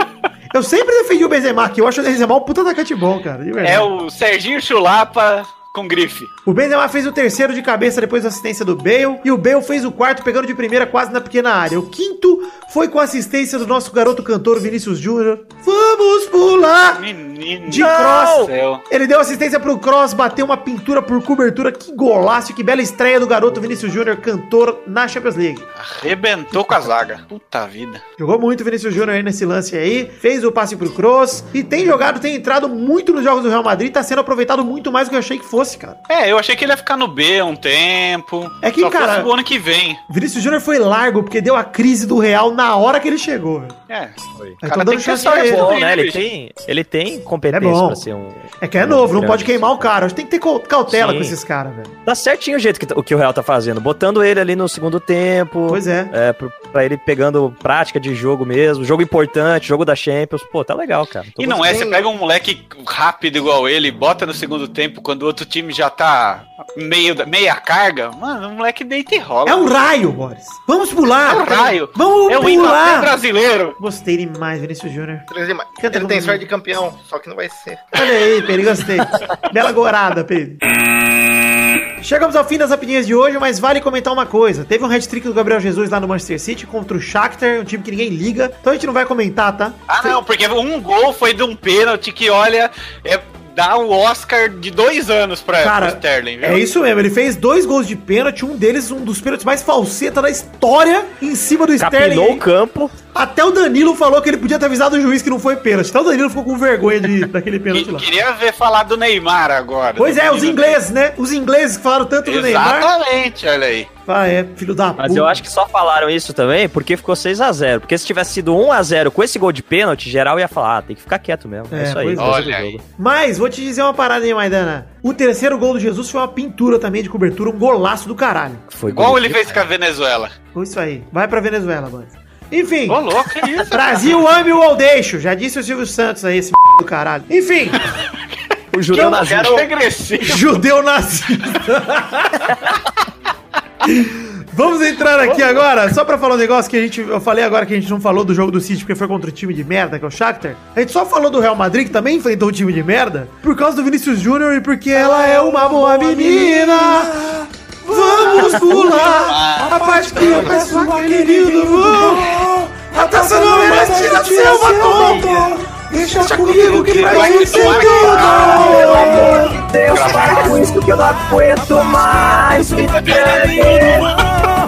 Eu sempre defendi o Benzema, que eu acho o Benzema um puta atacante bom, cara, de verdade.
É o Serginho Chulapa com grife.
O Benzema fez o terceiro de cabeça depois da assistência do Bale. E o Bale fez o quarto, pegando de primeira quase na pequena área. O quinto foi com a assistência do nosso garoto cantor Vinícius Júnior. Vamos pular!
Menino
De cross.
do céu.
Ele deu assistência pro Cross, bateu uma pintura por cobertura. Que golaço, que bela estreia do garoto Vinícius Júnior, cantor na Champions League.
Arrebentou com a zaga. Puta vida.
Jogou muito o Vinícius Júnior aí nesse lance aí, fez o passe pro Kroos e tem jogado, tem entrado muito nos jogos do Real Madrid, tá sendo aproveitado muito mais do que eu achei que fosse, cara.
É, eu achei que ele ia ficar no B um tempo.
É que,
Só
cara-
fosse o ano que vem.
Vinícius Júnior foi largo porque deu a crise do Real na hora que ele chegou, velho.
É.
Aí
Cara,
tão
tem
dando
que
chance
pensar
pra
em
ele.
bola.
Bom, né? Ele tem, ele tem competência
É bom.
pra ser um.
É que é novo, não
Grande.
pode queimar o cara. Tem que ter cau- cautela
Sim.
com esses caras, velho.
Tá certinho o jeito que, t- o que o Real tá fazendo. Botando ele ali no segundo tempo.
Pois é.
É, pro- pra ele pegando prática de jogo mesmo, jogo importante, jogo da Champions. Pô, tá legal, cara. Tô
E não é,
gostando.
você pega um moleque rápido igual ele, bota no segundo tempo, quando o outro time já tá meio, da- meia carga, mano, o moleque deita e rola.
É um raio, Boris. Vamos pular.
É um raio.
Vamos
É o Mbappé
pular.
brasileiro.
Gostei demais, Vinícius Júnior. Canta
Ele tem
comigo.
sorte de campeão, só que não vai ser.
Olha aí, Pedro, gostei. Bela gorada, Pedro. Chegamos ao fim das rapidinhas de hoje, mas vale comentar uma coisa. Teve um hat-trick do Gabriel Jesus lá no Manchester City contra o Shakhtar, um time que ninguém liga. Então a gente não vai comentar, tá?
Ah, não, porque um gol foi de um pênalti que, olha, é, dá o Oscar de dois anos pra,
Cara,
pro Sterling, viu?
É isso mesmo, ele fez dois gols de pênalti, um deles um dos pênaltis mais falseta da história, em cima do
Capinou
é Sterling.
o campo.
Até o Danilo falou que ele podia ter avisado o juiz que não foi pênalti. Até o Danilo ficou com vergonha de, daquele pênalti
[laughs] Que-
lá.
Queria ver falar do Neymar agora.
Pois é, os
Menino
ingleses, né? Os ingleses que falaram tanto do Neymar.
Exatamente, olha aí.
Ah, é, filho da
Mas eu acho que só falaram isso também porque ficou 6 a 0 Porque se tivesse sido 1 a 0 com esse gol de pênalti, geral ia falar, ah, tem que ficar quieto mesmo. É,
É,
isso aí.
pois é.
gosta do
Olha aí.
jogo.
Mas vou te dizer uma parada aí, Maidana. O terceiro gol do Jesus foi uma pintura também de cobertura, um golaço do caralho.
Foi
Igual
gol
ele
de-
fez com a Venezuela.
Foi isso aí. Vai pra Venezuela, mano. Enfim.
Ô, louco, que isso?
Brasil ame ou deixo. Já disse o Silvio Santos aí, esse m... do caralho. Enfim,
O judeu nazista.
[laughs]
Quero regressivo.
judeu nazista. [laughs] Vamos entrar aqui agora, só pra falar um negócio que a gente. Eu falei agora que a gente não falou do jogo do City porque foi contra o time de merda, que é o Shakhtar. A gente só falou do Real Madrid, que também enfrentou um time de merda, por causa do Vinícius Júnior e porque ela é uma boa menina. Vamos pular a parte que eu peço aquele lindo voo. A taça não merece tirar seu batom. Deixa comigo que pra
vai
isso é
tomar
tudo.
que-
Deus, para com isso que eu não aguento mais. Me entregue.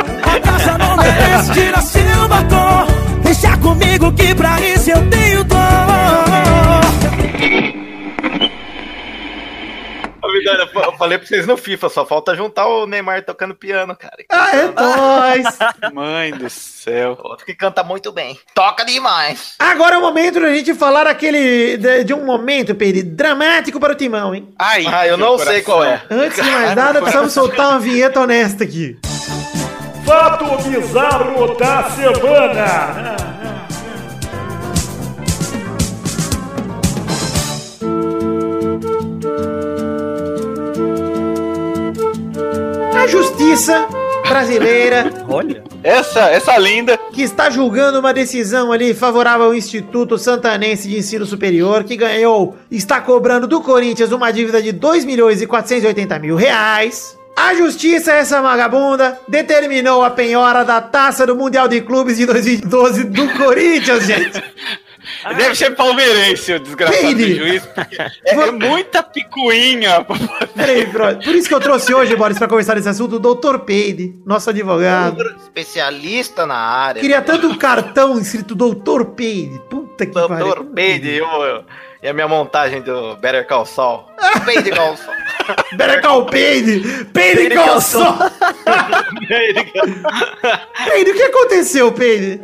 A casa não merece, tira seu batom. Deixa comigo que pra isso eu tenho dor.
Ô, Vidani, eu fa- eu falei pra vocês no FIFA, só falta juntar o Neymar tocando piano, cara.
Ah, é nóis.
Mãe do céu.
Outro que canta muito bem. Toca demais.
Agora é o momento da gente falar aquele de, de um momento, Pedro, dramático para o timão, hein?
Aí,
Ah, eu
meu
não sei
coração.
qual é.
Antes de mais nada, precisamos soltar uma vinheta honesta aqui. Fato bizarro da semana. A justiça brasileira
Olha.
[laughs] Essa, essa linda.
que está julgando uma decisão ali favorável ao Instituto Santanense de Ensino Superior, que ganhou, está cobrando do Corinthians uma dívida de 2 milhões e 480 mil reais. A justiça, essa vagabunda, determinou a penhora da taça do Mundial de Clubes de 2012 do Corinthians, gente. Ah.
Deve ser palmeirense, o desgraçado
Peide.
do juiz. porque É, é muita picuinha.
[laughs]
Peraí, bro. Por isso que eu trouxe hoje, Boris, para conversar desse assunto, o Dr. Peide, nosso advogado.
Especialista na área.
Queria tanto um cartão escrito Dr. Peide. Puta que
Doutor Peide e o- e a minha montagem do Better Call Saul. Peide Call Saul.
Better Call Peide! Peide Calçol! Peide, o que aconteceu, Peide?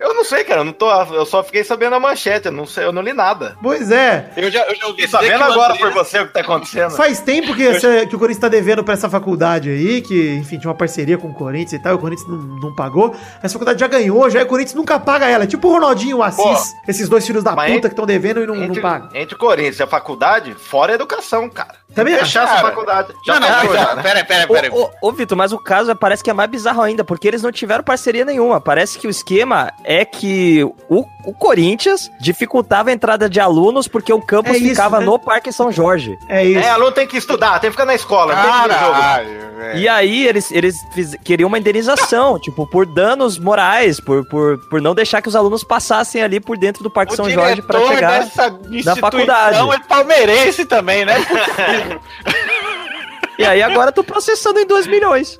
Eu não sei, cara. Eu, não tô, eu só fiquei sabendo a manchete. Eu não, sei, eu não li nada.
Pois é.
Eu já, eu já ouvi
Fiquei
dizer
sabendo
que o
tá agora
Andrés-
por você o que tá acontecendo.
Faz tempo que, essa- que o Corinthians tá devendo pra essa faculdade aí, que, enfim, tinha uma parceria com o Corinthians e tal, e o Corinthians não, não pagou. Essa faculdade já ganhou, já e o Corinthians nunca paga ela. É tipo o Ronaldinho e o Assis, esses dois filhos da
mas
puta que estão devendo e não, não
Entre,
pagam.
entre o Corinthians e a faculdade, fora a educação, cara.
Também
Fechar essa
cara.
faculdade.
Não, não,
tá
não,
fechada,
não. Pera, pera,
Ô,
pera.
ô, ô, Vitor, mas o caso é- parece que é mais bizarro ainda, porque eles não tiveram parceria nenhuma. Parece que o esquema é que o, o Corinthians dificultava a entrada de alunos porque o campus
É isso,
ficava
né?
no Parque São Jorge.
É isso.
É, aluno tem que estudar, tem que ficar na escola, não tem que ir no jogo.
Caralho, velho.
E aí eles, eles fiz- queriam
[laughs]
uma indenização, tipo, por danos morais, por, por, por não deixar que os alunos passassem ali por dentro do Parque São Jorge pra
diretor é
chegar.
dessa instituição
faculdade.
é palmeirense também, né?
E aí agora tô processando em 2 milhões.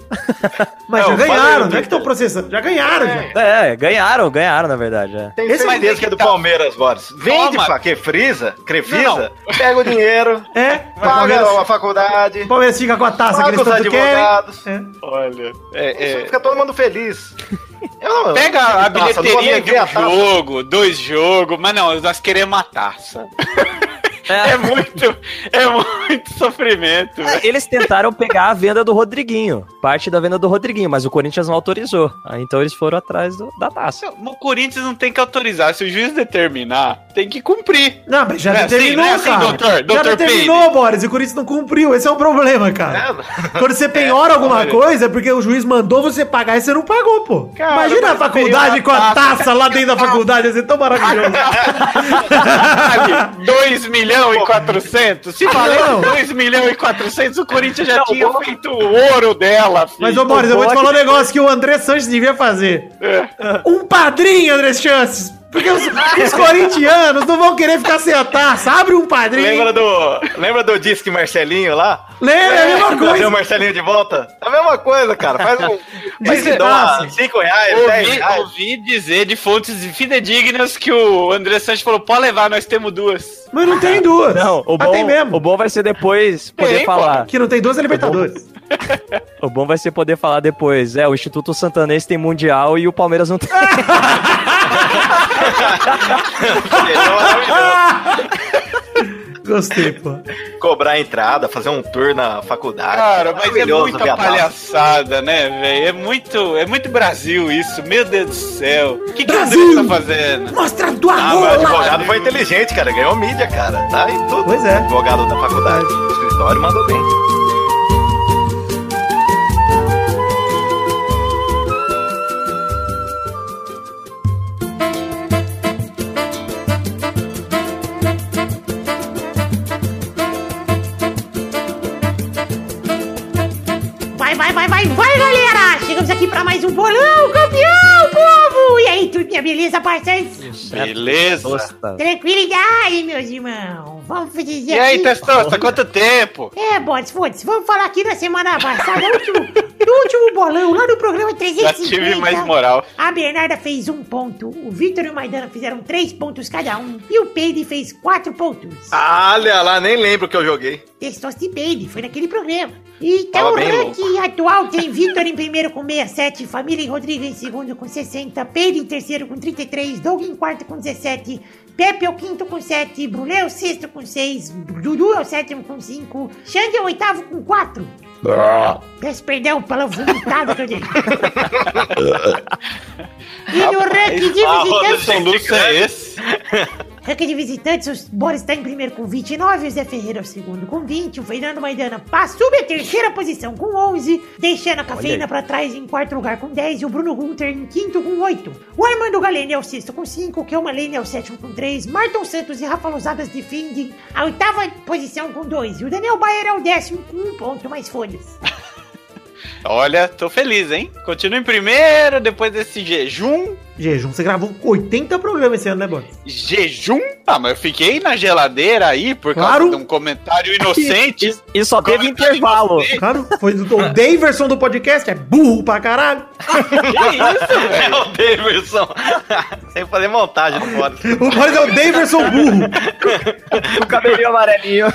Mas
Não,
já ganharam,
valeu,
não é que estão processando. Já ganharam, já.
É, ganharam, ganharam, na verdade. é.
Tenho
Esse
certeza
mas
que é do
tá-
Palmeiras, Boris. Vende
Toma.
pra que frisa, crefisa,
Não.
pega o dinheiro,
[laughs] É, o
paga
Palmeiras-
a faculdade,
o Palmeiras fica com a taça que
paga
eles
os
tanto querem.
advogados.
É.
[laughs] Olha. é- é-
Fica todo mundo feliz. Eu não- eu
Pega
não
a
tenho taça, não vou tá?
bilheteria
nem
de
ver
um
a taça.
jogo, dois jogos, mas não, nós queremos a taça. É, muito, é muito sofrimento. velho.
Eles tentaram pegar a venda do Rodriguinho, parte da venda do Rodriguinho, mas o Corinthians não autorizou. Aí, Então eles foram atrás do- da taça.
O Corinthians não tem que autorizar. Se o juiz determinar, tem que cumprir.
Não, mas já
Não é assim,
determinou,
não é assim,
cara.
doutor,
já
doutor
determinou, Boris, e o Corinthians não cumpriu. Esse é o problema, cara.
Né?
Quando você penhora alguma
Ah, é, olha.
coisa, é porque o juiz mandou você pagar e você não pagou, pô.
Cara,
Imagina a
mas
faculdade
veio
com a
a taça.
taça lá dentro da faculdade, ia ser tão maravilhoso. [laughs]
Sabe, 2 milhões e 400. Se
Não.
valesse 2 milhões e 400, o Corinthians já tinha feito o ouro dela. Filho.
Mas, ô Boris, eu vou te
bote-
falar um negócio que o André Sanches devia fazer. Um padrinho, André Sanches. Porque os, os corintianos não vão querer ficar sem a taça. Abre um padrinho.
Lembra do, lembra do Disque Marcelinho lá?
Lembra, é a mesma
Trazer o
coisa.
Marcelinho de volta? É a mesma coisa, cara. Faz um. Faz
Disque
um dólar,
Taça.
5 reais, 10
Ouvi,
reais.
ouvi dizer de fontes fidedignas que o André Sanches falou: pode levar, nós temos duas.
Mas não tem duas.
Não, o
Ah,
bom,
tem mesmo.
o bom vai ser depois poder
Tem,
falar.
Que não tem duas é Libertadores.
O bom vai ser poder falar depois. É, o Instituto Santanês tem Mundial e o Palmeiras não tem.
Seria maravilhoso.
Gostei, pô.
né? Cobrar a entrada, fazer um tour na faculdade.
Cara, mas é
Maravilhoso ver
muita
a taça.
palhaçada, né, velho? É muito, é muito Brasil isso, meu Deus do céu. O que, que o
Brasil!
André tá fazendo?
Mostra a tua
Ah,
rola.
mas o advogado foi inteligente, cara. Ganhou mídia, cara. Tá em tudo.
Pois é.
O advogado da faculdade, do escritório, mandou bem.
Vai, vai, vai, vai, vai, galera! Chegamos aqui pra mais um bolão, campeão, povo! E aí, tudo minha beleza, parceiros?
Beleza.
Nossa.
Tranquilidade, meus irmãos! Vamos dizer
E aí, tá-
aqui-
Testosta, quanto tempo?
É, Bodes, foda-se, vamos falar aqui da semana passada, no último, no último bolão, lá no programa
Já
350.
tive mais moral.
A Bernarda fez um ponto, o Vitor e o Maidana fizeram três pontos cada um, e o Peide fez quatro pontos.
Ah, olha lá, nem lembro o que eu joguei.
Testos de Baby, foi naquele programa. Então
Tava
o
bem
ranking atual tem Vitor em primeiro com 67, Família e Rodrigo em segundo com 60, Pedro em terceiro com 33, Doug em quarto com 17, Pepe é o quinto com 7, Brulé é o sexto com 6, Dudu é o sétimo com 5, Xande é o oitavo com 4. Peço perdão pela vomitada que eu dei. e no ranking Tipo de
Ah,
visitantes...
São Lúcio é esse?
Ranking de visitantes, o Boris está em primeiro com 29, o Zé Ferreira é o segundo com 20, o Fernando Maidana passa, sube a terceira posição com 11, deixando a cafeína para trás em quarto lugar com 10 e o Bruno Gunter em quinto com 8. O Armando Galene é o sexto com 5, o Kelma Lane é o sétimo com 3, Marton Santos e Rafa Losadas defendem a oitava posição com 2 e o Daniel Baier é o décimo com um ponto, mas foda-se.
Olha, tô feliz, hein? Continua em primeiro, depois desse jejum.
Jejum, você gravou 80 programas esse ano, né, Boris?
Jejum? Ah, mas eu fiquei na geladeira aí por causa
Claro.
de um comentário inocente. [laughs]
E, e só teve intervalo.
Claro, foi do, o Daverson do podcast, é burro pra caralho.
É o Davidson. [laughs] Sem fazer montagem, não pode.
O Boris é o Daverson burro.
O cabelinho amarelinho.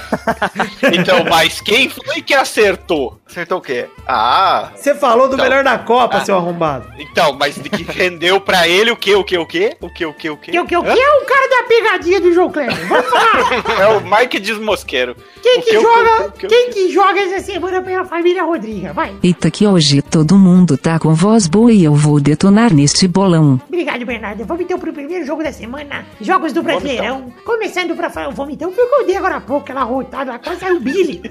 Então, mas quem foi que acertou?
Acertou o quê? Ah,
Você falou do
Não.
melhor da Copa, seu arrombado.
Então, mas de
[laughs]
que rendeu pra ele o quê? O quê? O quê? O quê? O quê? O quê?
Que o que, o que é o cara da pegadinha do João Kleber? Vamos falar!
É o Mike Desmosqueiro.
Quem
O
que
quê? O quê?
joga,
O quê? O quê?
quem que joga essa semana pela família Rodriga? Vai!
Eita que hoje todo mundo tá com voz boa e eu vou detonar neste bolão.
Obrigado, Bernardo. Vamos então pro primeiro jogo da semana. Jogos do Brasileirão. Começando pra falar o vomitão, foi o que eu dei agora há pouco, aquela rotada, lá, quase saiu o Billy.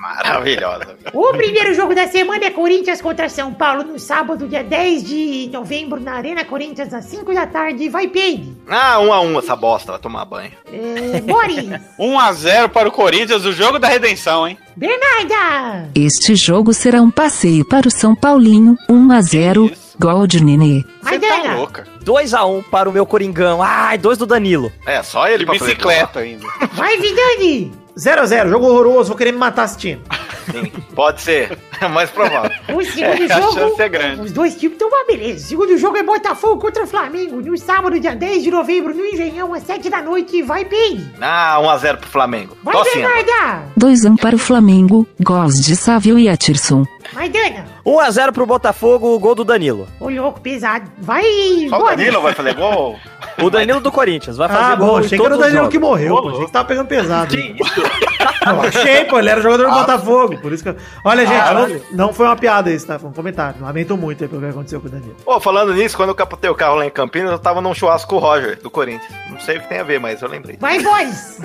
maravilhosa.
O primeiro jogo da semana é Corinthians contra São Paulo no sábado, dia 10 de novembro, na Arena Corinthians, às 5 da tarde. Vai, Peide.
Ah, um a um essa bosta, vai tomar banho.
É, Boris.
[laughs] 1x0 para o Corinthians, o jogo da redenção, hein?
Bernarda.
Este jogo será um passeio para o São Paulinho, 1 a 0,
Isso.
gol de Nenê.
Você tá
Maidana.
louca.
2x1 para o meu Coringão. Ai, dois do Danilo.
É, só ele
De
pra fazer
bicicleta ainda.
Vai, Vidani.
0x0, jogo horroroso, vou querer me matar assistindo.
Sim, pode ser. [laughs] É mais provável.
O segundo
É, [laughs] a
jogo.
chance é grande.
Os dois times estão uma beleza. O segundo jogo é Botafogo contra Flamengo. No sábado, dia 10 de novembro, no Engenhão, às 7 da noite. Vai bem!
Ah, 1x0 pro Flamengo. assim,
Vai,
Tocinha.
Bernarda!
2 1 para o Flamengo, gols de Sávio e Atirson.
Maidana!
1x0 pro Botafogo, o gol do Danilo.
Ô, louco, pesado. Vai,
Só o
Boris.
Danilo vai fazer gol?
O Danilo do Corinthians, vai fazer
Ah,
gol
bom,
em
achei que
todos
era o
os
Danilo
jogos.
que morreu, pô. Achei que tava pegando pesado. [laughs] Eu achei, pô, ele era jogador
Ah.
do Botafogo, por isso que eu... Olha, gente, não, não foi uma piada isso, tá? Foi um comentário. Lamento muito aí pelo que aconteceu com o Danilo.
Pô, falando nisso, quando eu capotei o carro lá em Campinas, eu tava num churrasco com o Roger, do Corinthians. Não sei o que tem a ver, mas eu lembrei.
Vai, Boris!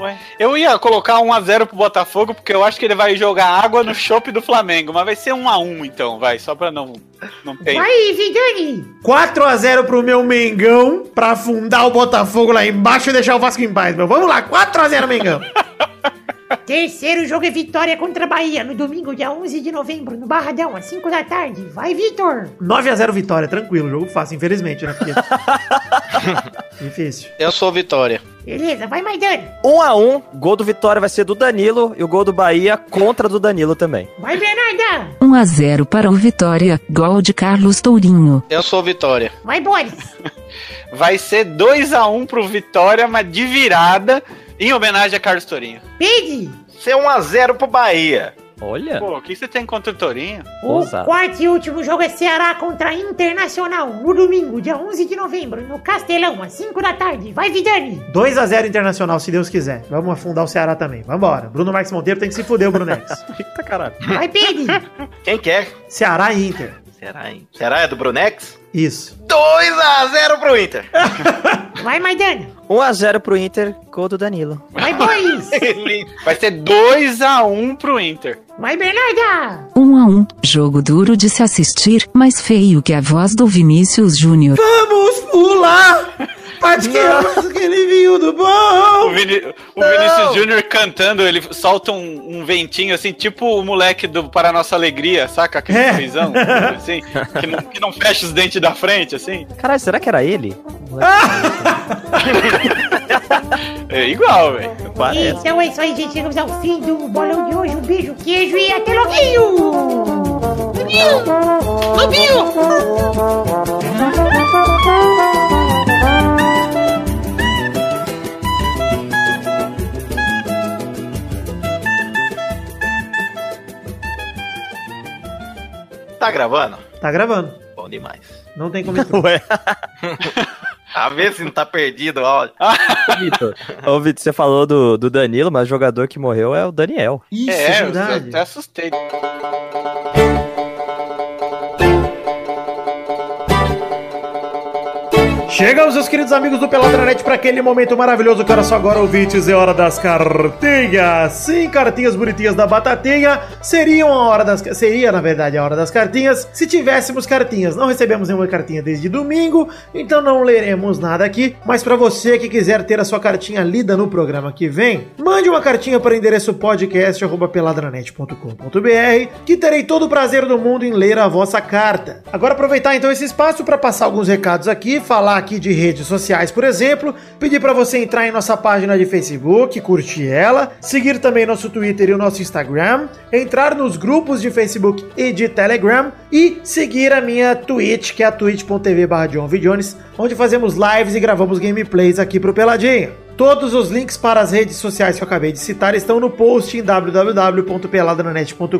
Ué, [laughs] Eu ia colocar 1x0 pro Botafogo, porque eu acho que ele vai jogar água no chopp do Flamengo, mas vai ser 1x1 então, vai, só pra não, não ter.
Vai, Vidani!
4x0 pro meu Mengão, pra afundar o Botafogo lá embaixo e deixar o Vasco em paz, meu. Vamos lá, 4x0
[laughs]
Mengão.
Terceiro jogo é Vitória contra Bahia, no domingo, dia 11 de novembro, no Barradão, às 5 da tarde. Vai, Vitor!
9x0 vitória, tranquilo, jogo fácil, infelizmente, né?
[laughs]
Porque... Difícil.
Eu sou Vitória.
Beleza, vai, Maidana!
1x1, gol do Vitória vai ser do Danilo e o gol do Bahia contra do Danilo também.
Vai, Bernarda!
1 a 0 para o Vitória, gol de Carlos Tourinho.
Eu sou Vitória.
Vai, Boris!
Vai ser 2x1 pro Vitória, mas de virada, em homenagem a Carlos Torinho.
Pede!
Ser 1x0 pro Bahia.
Olha,
Pô, o que você tem contra o Torinho?
O
Ousado.
quarto e último jogo é Ceará contra Internacional, no domingo, dia 11 de novembro, no Castelão, às 5 da tarde. Vai, Vidani!
2x0 Internacional, se Deus quiser. Vamos afundar o Ceará também. Vambora. Bruno Marques Monteiro tem que se fuder, Brunex.
eita caralho.
Vai,
[laughs]
Pedro!
Quem quer?
Ceará e Inter.
Será, hein? Será é do Brunex?
Isso.
2x0 pro Inter.
Vai, Maidana!
1x0 pro Inter, gol do Danilo.
[laughs]
Vai, Boris!
[laughs] Vai ser 2x1 pro Inter.
Vai, Bernarda!
1 a 1, jogo duro de se assistir, mais feio que a voz do Vinícius Júnior.
Vamos pular! É Partilhamos aquele vinho do
O,
bom!
Vini- o Vinícius Júnior cantando, ele solta um, um ventinho assim, tipo o moleque do Para Nossa Alegria, saca? Aquele
É.
sorrisão, assim, que não, que não fecha os dentes da frente, assim.
Caralho, será que era ele?
É igual, velho.
Então é isso aí, gente. Chegamos ao fim do bolão de hoje. Um beijo, queijo e até loguinho!
Tá gravando?
Tá gravando.
Bom demais.
Não tem como. entrar.
Ué,
A ver se não tá perdido o áudio.
Ah,
Vitor. [laughs] Ô, Vitor, você falou do, do Danilo, mas o jogador que morreu é o Daniel.
Isso,
é,
é
eu
verdade.
até assustei.
Chegamos, meus queridos amigos do Peladranet, para aquele momento maravilhoso. Cara, só agora ouvintes, é hora das cartinhas. Sim, cartinhas bonitinhas da batatinha. Seriam a hora das. Seria, na verdade, a hora das cartinhas se tivéssemos cartinhas. Não recebemos nenhuma cartinha desde domingo, então não leremos nada aqui. Mas para você que quiser ter a sua cartinha lida no programa que vem, mande uma cartinha para o endereço podcast.peladranet.com.br que terei todo o prazer do mundo em ler a vossa carta. Agora aproveitar então esse espaço para passar alguns recados aqui, falar aqui de redes sociais, por exemplo, pedir para você entrar em nossa página de Facebook, curtir ela, seguir também nosso Twitter e o nosso Instagram, entrar nos grupos de Facebook e de Telegram e seguir a minha Twitch, que é a twitch.tv barra John V. Jones, onde fazemos lives e gravamos gameplays aqui pro Peladinha. Todos os links para as redes sociais que eu acabei de citar estão no post em www.peladranet.com.br.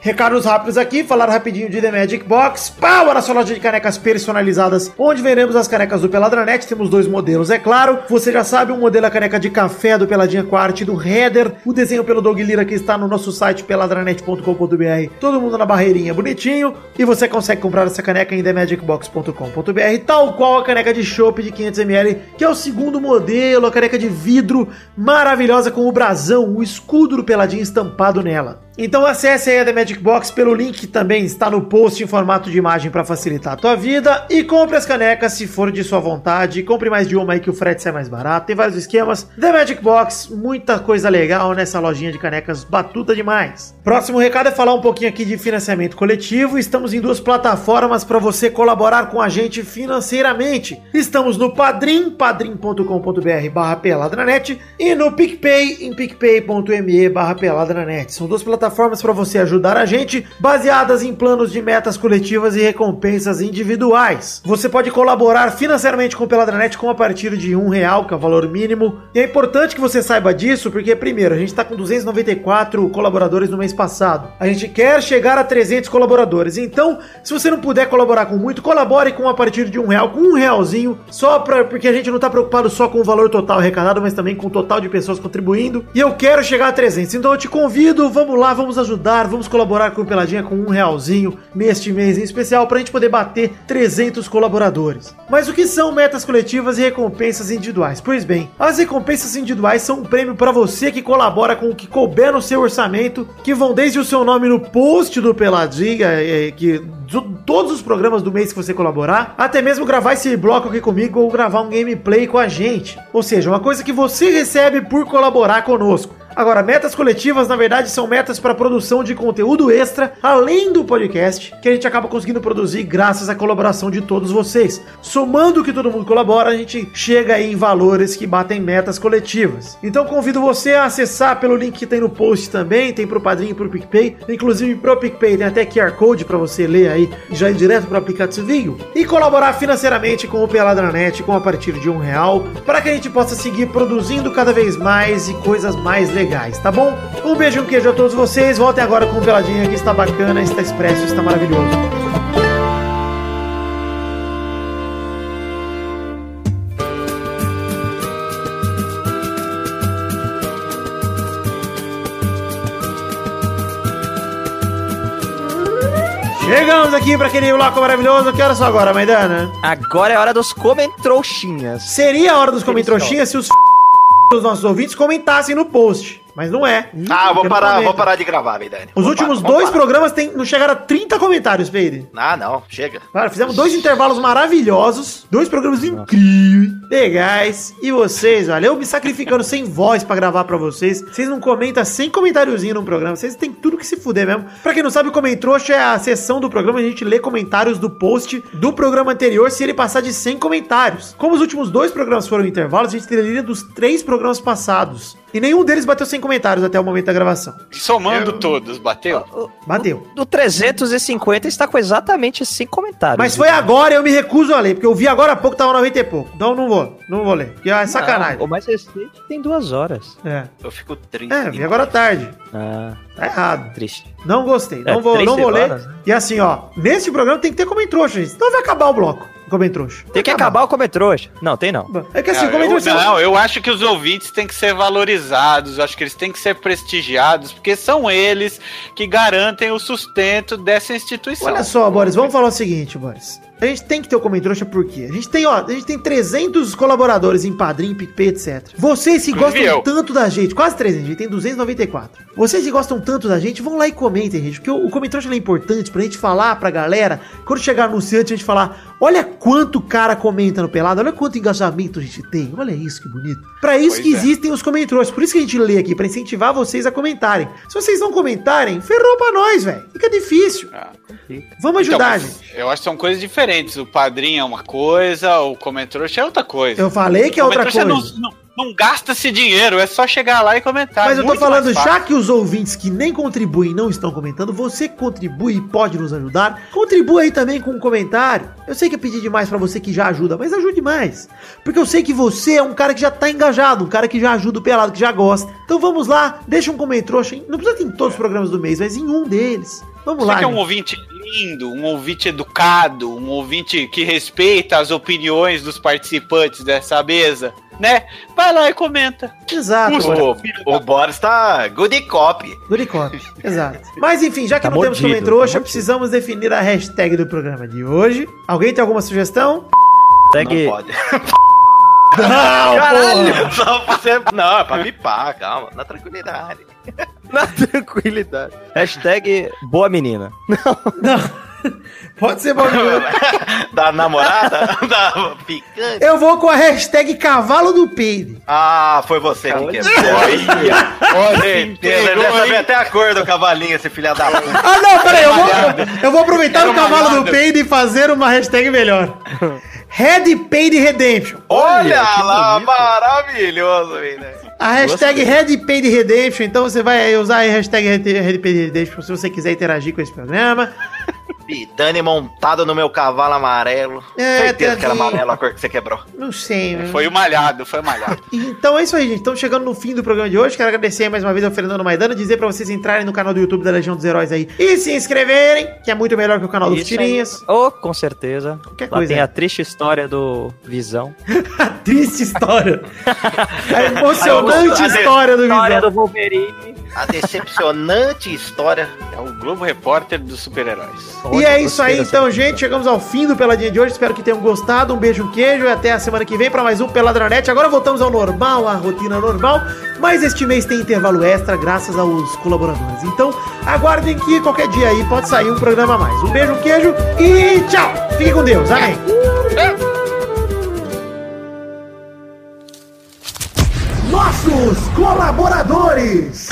Recados rápidos aqui, falar rapidinho de The Magic Box. Pau! A nossa loja de canecas personalizadas, onde vendemos as canecas do Peladranet. Temos dois modelos, é claro. Você já sabe, um modelo é a caneca de café do Peladinha com a arte do Header. O desenho pelo Doug Lira que está no nosso site peladranet.com.br. Todo mundo na barreirinha, bonitinho. E você consegue comprar essa caneca em themagicbox.com.br, tal qual a caneca de chopp de 500ml, que é o segundo modelo, a caneca de vidro maravilhosa com o brasão, o escudo do Peladinha estampado nela. Então acesse aí a The Magic Box pelo link que também está no post em formato de imagem para facilitar a tua vida e compre as canecas se for de sua vontade. Compre mais de uma aí que o frete sai mais barato. Tem vários esquemas. The Magic Box, muita coisa legal nessa lojinha de canecas batuta demais. Próximo recado é falar um pouquinho aqui de financiamento coletivo. Estamos em duas plataformas para você colaborar com a gente financeiramente. Estamos no Padrim, padrim.com.br barra peladranet e no PicPay, em picpay.me barra peladranet. São duas plataformas para você ajudar a gente, baseadas em planos de metas coletivas e recompensas individuais. Você pode colaborar financeiramente com o Peladranet com a partir de um real, que é o valor mínimo. E é importante que você saiba disso, porque primeiro, a gente está com 294 colaboradores no mês passado. A gente quer chegar a 300 colaboradores. Então, se você não puder colaborar com muito, colabore com a partir de um real, com um realzinho, só pra, porque a gente não tá preocupado só com o valor total arrecadado, mas também com o total de pessoas contribuindo. E eu quero chegar a 300. Então eu te convido, vamos lá, vamos ajudar, vamos colaborar com o Peladinha com um realzinho neste mês em especial pra gente poder bater 300 colaboradores. Mas o que são metas coletivas e recompensas individuais? Pois bem, as recompensas individuais são um prêmio pra você que colabora com o que couber no seu orçamento, que vão desde o seu nome no post do Peladinha, eh, que de todos os programas do mês que você colaborar, até mesmo gravar esse bloco aqui comigo ou gravar um gameplay com a gente. Ou seja, uma coisa que você recebe por colaborar conosco. Agora, metas coletivas, na verdade, são metas para produção de conteúdo extra, além do podcast, que a gente acaba conseguindo produzir graças à colaboração de todos vocês. Somando o que todo mundo colabora, a gente chega aí em valores que batem metas coletivas. Então, convido você a acessar pelo link que tem no post também, tem pro Padrinho e pro PicPay, inclusive pro PicPay tem até QR Code para você ler aí, já ir direto pro aplicativinho, e colaborar financeiramente com o Peladranet com a partir de um real, para que a gente possa seguir produzindo cada vez mais e coisas mais legais legais, tá bom? Um beijo e um queijo a todos vocês. Voltem agora com o Peladinha que está bacana, está expresso, está maravilhoso. Chegamos aqui para aquele bloco maravilhoso. Que horas só agora, Maidana?
Agora é hora dos comentrouxinhas.
Seria a hora dos comentroxinhas se os f... dos nossos ouvintes comentassem no post. Mas não é.
Ah, eu vou
Porque não
parar,
comenta.
vou parar de gravar, Vidani.
Os
Vou
últimos
parar, vou
dois
parar.
programas tem, não chegaram a 30 comentários, Peide.
Ah, não, chega.
Cara, fizemos dois intervalos maravilhosos, dois programas incríveis, legais. E vocês, olha, eu me sacrificando [laughs] sem voz pra gravar pra vocês. Vocês não comentam sem comentáriozinho num programa. Vocês têm tudo que se fuder mesmo. Pra quem não sabe, o Comentrouxa é a sessão do programa onde a gente lê comentários do post do programa anterior se ele passar de 100 comentários. Como os últimos dois programas foram intervalos, a gente teria lido dos três programas passados. E nenhum deles bateu 100 comentários até o momento da gravação.
Somando todos, bateu?
Bateu.
Do 350 está com exatamente 5 comentários.
Mas foi agora, eu me recuso a ler, porque eu vi agora há pouco, tava 90 e pouco. Então não vou, não vou ler. Porque é sacanagem.
Não, o mais recente tem duas horas.
É.
Eu fico triste.
É, vi agora à tarde.
Ah,
Tá errado.
triste.
Não gostei.
É,
Não vou,
três
não vou ler.
semanas, né?
E assim, ó, nesse programa tem que ter comentrouxa, gente. Senão vai acabar o bloco. Comentrouxa.
Tem que acabar o cometrouxa. Não, tem não.
É que assim,
Ah,
o comentrouxa.
eu, não, eu acho que os ouvintes têm que ser valorizados, eu acho que eles têm que ser prestigiados, porque são eles que garantem o sustento dessa instituição.
Olha só, Boris, vamos falar o seguinte, Boris. A gente tem que ter o Comentrouxa por quê? A gente tem, ó, a gente tem 300 colaboradores em Padrim, PicPay, etc. Vocês que
Inclusive
gostam
eu.
tanto da gente, quase 300, a gente tem 294. Vocês que gostam tanto da gente, vão lá e comentem, gente, porque o, o Comentrouxa ele é importante pra gente falar pra galera, quando chegar anunciante, a gente falar, olha quanto cara comenta no Pelado, olha quanto engajamento a gente tem, olha isso que bonito. Pra isso
Pois
que
é.
existem os Comentrouxas, por isso que a gente lê aqui, pra incentivar vocês a comentarem. Se vocês não comentarem, ferrou pra nós, velho, fica difícil.
Ah.
Vamos
Então,
ajudar,
mas
gente.
Eu acho que são coisas diferentes. O padrinho é uma coisa, o comentrouxa é outra coisa.
Eu falei que é
O
outra
comentrouxa
coisa.
Não, não, não gasta esse dinheiro, é só chegar lá e comentar.
Mas eu tô
Muito
falando,
mais fácil.
já que os ouvintes que nem contribuem não estão comentando, você que contribui e pode nos ajudar, contribua aí também com um comentário. Eu sei que é pedir demais pra você que já ajuda, mas ajude mais. Porque eu sei que você é um cara que já tá engajado, um cara que já ajuda o pelado, que já gosta. Então vamos lá, deixa um comentrouxa, em- não precisa ter em todos os programas do mês, mas em um deles. Vamos
Você
lá.
que é um
gente.
ouvinte lindo, um ouvinte educado, um ouvinte que respeita as opiniões dos participantes dessa mesa, né? Vai lá e comenta.
Exato.
Custa.
olha.
O, o Boris tá good cop.
[laughs] Duricop, exato. Mas enfim, já que
Tá
não temos
mordido,
também trouxa,
tá mordido.
precisamos definir
[laughs]
a hashtag do programa de hoje. Alguém tem alguma sugestão?
Segue
Não pode.
Não, porra.
Caralho! Só pra você... Não, é pra pipar, calma. Na tranquilidade.
Na tranquilidade. Hashtag boa menina.
Pode ser bagulho.
Da namorada? [laughs] da picante?
Eu vou com a hashtag cavalo do peide.
Ah, foi você que quebrou. Olha, olha, saber até a cor do cavalinho, esse filho da puta.
Ah, não, peraí, eu vou, eu vou aproveitar o
Era
cavalo do
malhado.
peide e fazer uma hashtag melhor. Red Paid Redemption.
Olha, lá, maravilhoso, menino.
A hashtag Red Paid Redemption, então você vai usar a hashtag Red Red Paid Redemption se você quiser interagir com esse programa.
Dani montado no meu cavalo amarelo.
É,
Certeza que era
tadinho.
amarelo a cor que você quebrou.
Não sei, né?
Foi o malhado, foi o malhado.
Então é isso aí, gente. Estamos chegando no fim do programa de hoje. Quero agradecer mais uma vez ao Fernando Maidano, dizer pra vocês entrarem no canal do YouTube da Legião dos Heróis aí e se inscreverem, que é muito melhor que o canal dos
Isso aí.
Tirinhas.
Oh, com certeza.
Qualquer
Lá
coisa.
tem a triste história do Visão.
Triste história. A É [laughs] emocionante
A
história do
História
Visão.
do Wolverine.
A decepcionante história.
É o Globo Repórter dos super-heróis.
E é isso aí,
né?
então, gente. Chegamos ao fim do Peladinha de hoje. Espero que tenham gostado. Um beijo, um queijo e até a semana que vem pra mais um Peladranete. Agora voltamos ao normal, à rotina normal. Mas este mês tem intervalo extra, graças aos colaboradores. Então, aguardem que qualquer dia aí pode sair um programa a mais. Um beijo, um queijo e tchau. Fique com Deus. Amém. Nossos colaboradores.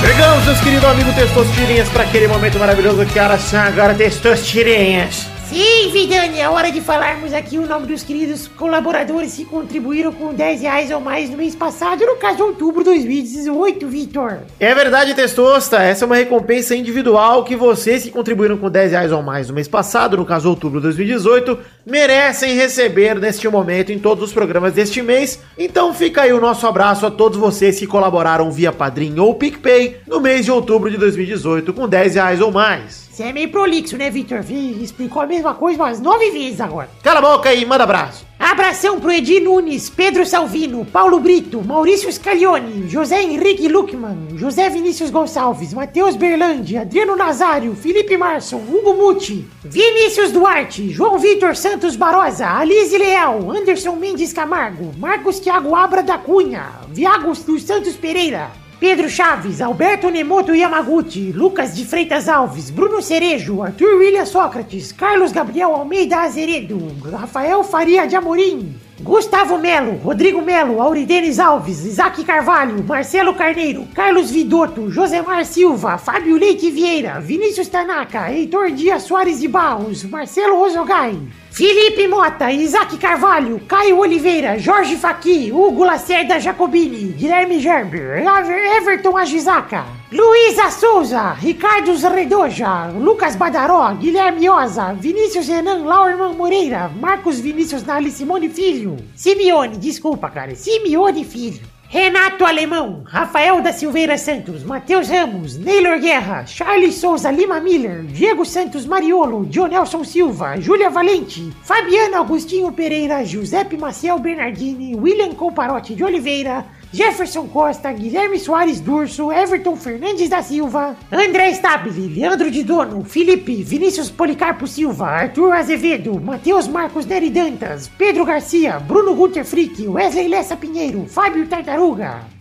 Chegamos, meus queridos amigos Testostirinhas, para aquele momento maravilhoso que horas são agora, Testostirinhas.
Sim, Vidani, é hora de falarmos aqui o nome dos queridos colaboradores que contribuíram com 10 reais ou mais no mês passado, no caso de outubro de 2018, Vitor.
É verdade, Testosta, essa é uma recompensa individual que vocês que contribuíram com 10 reais ou mais no mês passado, no caso outubro de 2018, merecem receber neste momento em todos os programas deste mês. Então fica aí o nosso abraço a todos vocês que colaboraram via Padrim ou PicPay no mês de outubro de 2018 com 10 reais ou mais.
Você é meio prolixo, né, Vitor? Vi- Explicou a mesma coisa umas nove vezes agora.
Cala a boca aí, manda abraço.
Abração pro Edi Nunes, Pedro Salvino, Paulo Brito, Maurício Scaglione, José Henrique Luckman, José Vinícius Gonçalves, Matheus Berlandi, Adriano Nazário, Felipe Marson, Hugo Muti, Vinícius Duarte, João Vitor Santos Barosa, Alice Leal, Anderson Mendes Camargo, Marcos Thiago Abra da Cunha, Viago dos Santos Pereira, Pedro Chaves, Alberto Nemoto Yamaguchi, Lucas de Freitas Alves, Bruno Cerejo, Arthur William Sócrates, Carlos Gabriel Almeida Azeredo, Rafael Faria de Amorim, Gustavo Melo, Rodrigo Melo, Auridenes Alves, Isaac Carvalho, Marcelo Carneiro, Carlos Vidotto, Josemar Silva, Fábio Leite Vieira, Vinícius Tanaka, Heitor Dias Soares de Barros, Marcelo Rosogai, Felipe Mota, Isaac Carvalho, Caio Oliveira, Jorge Faqui, Hugo Lacerda Jacobini, Guilherme Gerber, Ever- Everton Ajizaca, Luísa Souza, Ricardo Redoja, Lucas Badaró, Guilherme Oza, Vinícius Renan, Laurman Moreira, Marcos Vinícius Nali, Simone Filho, Simeone, desculpa cara, Simeone Filho. Renato Alemão, Rafael da Silveira Santos, Matheus Ramos, Neylor Guerra, Charles Souza Lima Miller, Diego Santos Mariolo, Dionelson Silva, Júlia Valente, Fabiana Agostinho Pereira, Giuseppe Maciel Bernardini, William Comparotti de Oliveira, Jefferson Costa, Guilherme Soares Durso, Everton Fernandes da Silva, André Stabile, Leandro de Dono, Felipe, Vinícius Policarpo Silva, Arthur Azevedo, Matheus Marcos Neri Dantas, Pedro Garcia, Bruno Gunter Frick, Wesley Lessa Pinheiro, Fábio Tartaruga,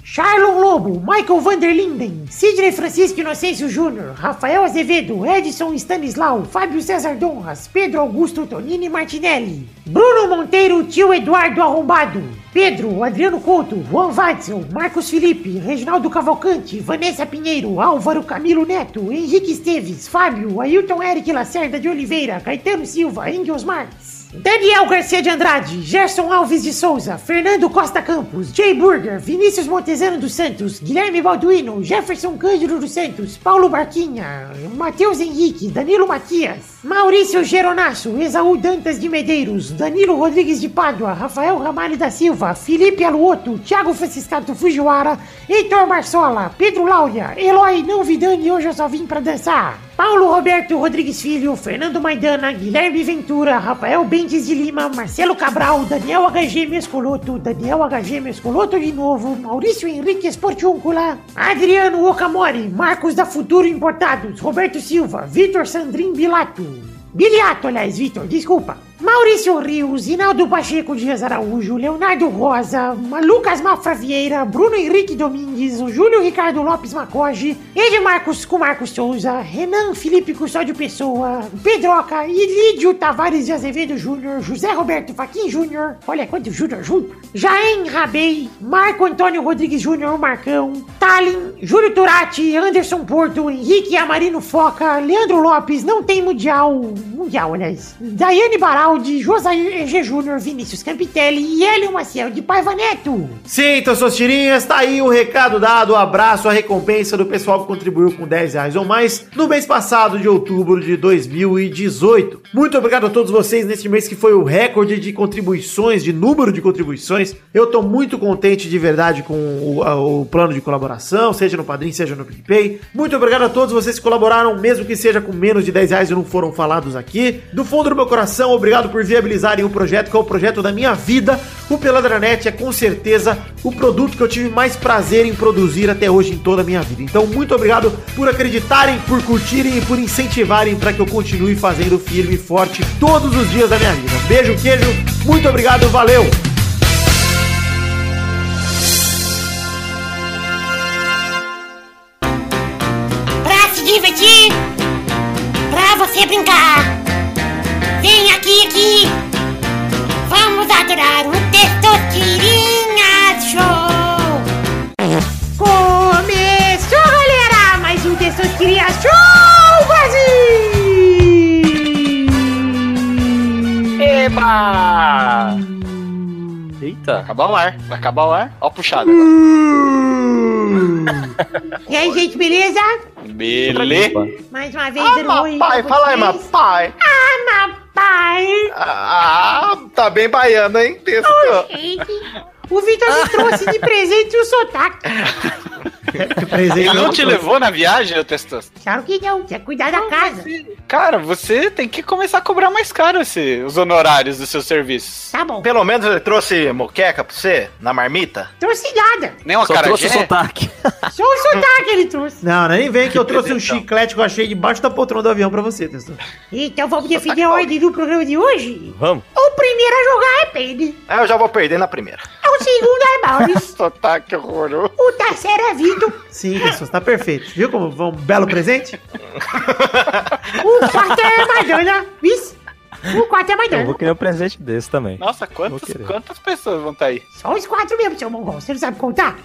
Charlon Lobo, Michael Vanderlinden, Sidney Francisco Inocêncio Júnior, Rafael Azevedo, Edson Stanislau, Fábio César Donras, Pedro Augusto Tonini Martinelli, Bruno Monteiro, tio Eduardo Arrombado, Pedro, Adriano Couto, Juan Watson, Marcos Felipe, Reginaldo Cavalcante, Vanessa Pinheiro, Álvaro Camilo Neto, Henrique Esteves, Fábio, Ailton Eric Lacerda de Oliveira, Caetano Silva, Engels Marques. Daniel Garcia de Andrade, Gerson Alves de Souza, Fernando Costa Campos, Jay Burger, Vinícius Montezano dos Santos, Guilherme Balduino, Jefferson Cândido dos Santos, Paulo Barquinha, Matheus Henrique, Danilo Matias, Maurício Geronasso, Exaú Dantas de Medeiros, Danilo Rodrigues de Pádua, Rafael Ramalho da Silva, Felipe Aluoto, Thiago Franciscato Fujiwara, Heitor Marçola, Pedro Laura, Eloy Não Vidani, hoje eu só vim pra dançar. Paulo Roberto Rodrigues Filho, Fernando Maidana, Guilherme Ventura, Rafael Bendes de Lima, Marcelo Cabral, Daniel HG Mescoloto, Daniel HG Mescoloto de novo, Maurício Henrique Esportiúncula, Adriano Okamori, Marcos da Futuro Importados, Roberto Silva, Vitor Sandrin Bilato, Biliato, aliás, Vitor, desculpa. Maurício Rios, Inaldo Pacheco Dias Araújo, Leonardo Rosa, Ma- Lucas Mafra Vieira, Bruno Henrique Domingues, o Júlio Ricardo Lopes Macoge, Edmarcos com Marcos Souza, Renan Felipe Custódio Pessoa, Pedroca, Ilídio Tavares de Azevedo Júnior, José Roberto Faquin Júnior, olha quanto Júnior junto, Jaen Rabei, Marco Antônio Rodrigues Júnior Marcão, Talin, Júlio Turati, Anderson Porto, Henrique Amarino Foca, Leandro Lopes, não tem Mundial, Mundial, aliás, Daiane Baraldi, Josair G. Júnior, Vinícius Campitelli e Hélio Maciel de Paiva Neto.
Sinta suas tirinhas, tá aí o recado dado, o abraço, a recompensa do pessoal que contribuiu com 10 reais ou mais no mês passado de outubro de 2018. Muito obrigado a todos vocês neste mês que foi o recorde de contribuições, de número de contribuições. Eu tô muito contente de verdade com o, a- o plano de colaboração, seja no Padrim, seja no PicPay. Muito obrigado a todos vocês que colaboraram, mesmo que seja com menos de 10 reais e não foram falados aqui. Do fundo do meu coração, obrigado por viabilizarem o projeto, que é o projeto da minha vida. O Peladranet é com certeza o produto que eu tive mais prazer em produzir até hoje em toda a minha vida. Então, muito obrigado por acreditarem, por curtirem e por incentivarem para que eu continue fazendo firme e forte todos os dias da minha vida. Beijo, queijo, muito obrigado, valeu!
pra se divertir, pra você brincar. Vem aqui, aqui, vamos adorar o Testosterinha Show.
Começou, galera, mais um Testosterinha Show Brasil!
Eba!
Eita.
Acabar o ar, vai acabar o ar. Ó a puxada.
Hum.
E aí, gente, beleza?
Belê.
Mais uma vez, dando um oi
Ah, pai,
pra
fala aí,
vocês.
pai.
Ah, meu pai!
Ah, tá bem baiano, hein? Texto.
Gente, O Vitor me trouxe de presente o sotaque.
Ele não te levou na viagem, ô Testoso?
Claro que não, quer cuidar da casa.
Cara, você tem que começar a cobrar mais caro esse- os honorários dos seus serviços.
Tá bom.
Pelo menos ele trouxe moqueca pra você, na marmita.
Trouxe nada.
Nem uma
Só
cara
trouxe o sotaque.
Só o sotaque ele trouxe.
Não, não é nem vem que eu trouxe um
presentão.
chiclete que eu achei debaixo da poltrona do avião pra você, Testor.
Então vamos definir a ordem do programa de hoje.
Vamos.
O primeiro a jogar é Pene.
Ah, eu já vou perder na primeira.
O segundo é Maurício.
sotaque horroroso.
O terceiro é Vitor.
Sim, Testor, tá perfeito. Viu como foi um belo presente?
O quarto é Madonna. Isso. O quarto é
Eu vou
Madonna.
querer um presente desse também.
Nossa,
Vou
quantos,
querer.
quantas pessoas vão estar aí?
Só os quatro mesmo, seu mongol. Você não sabe contar?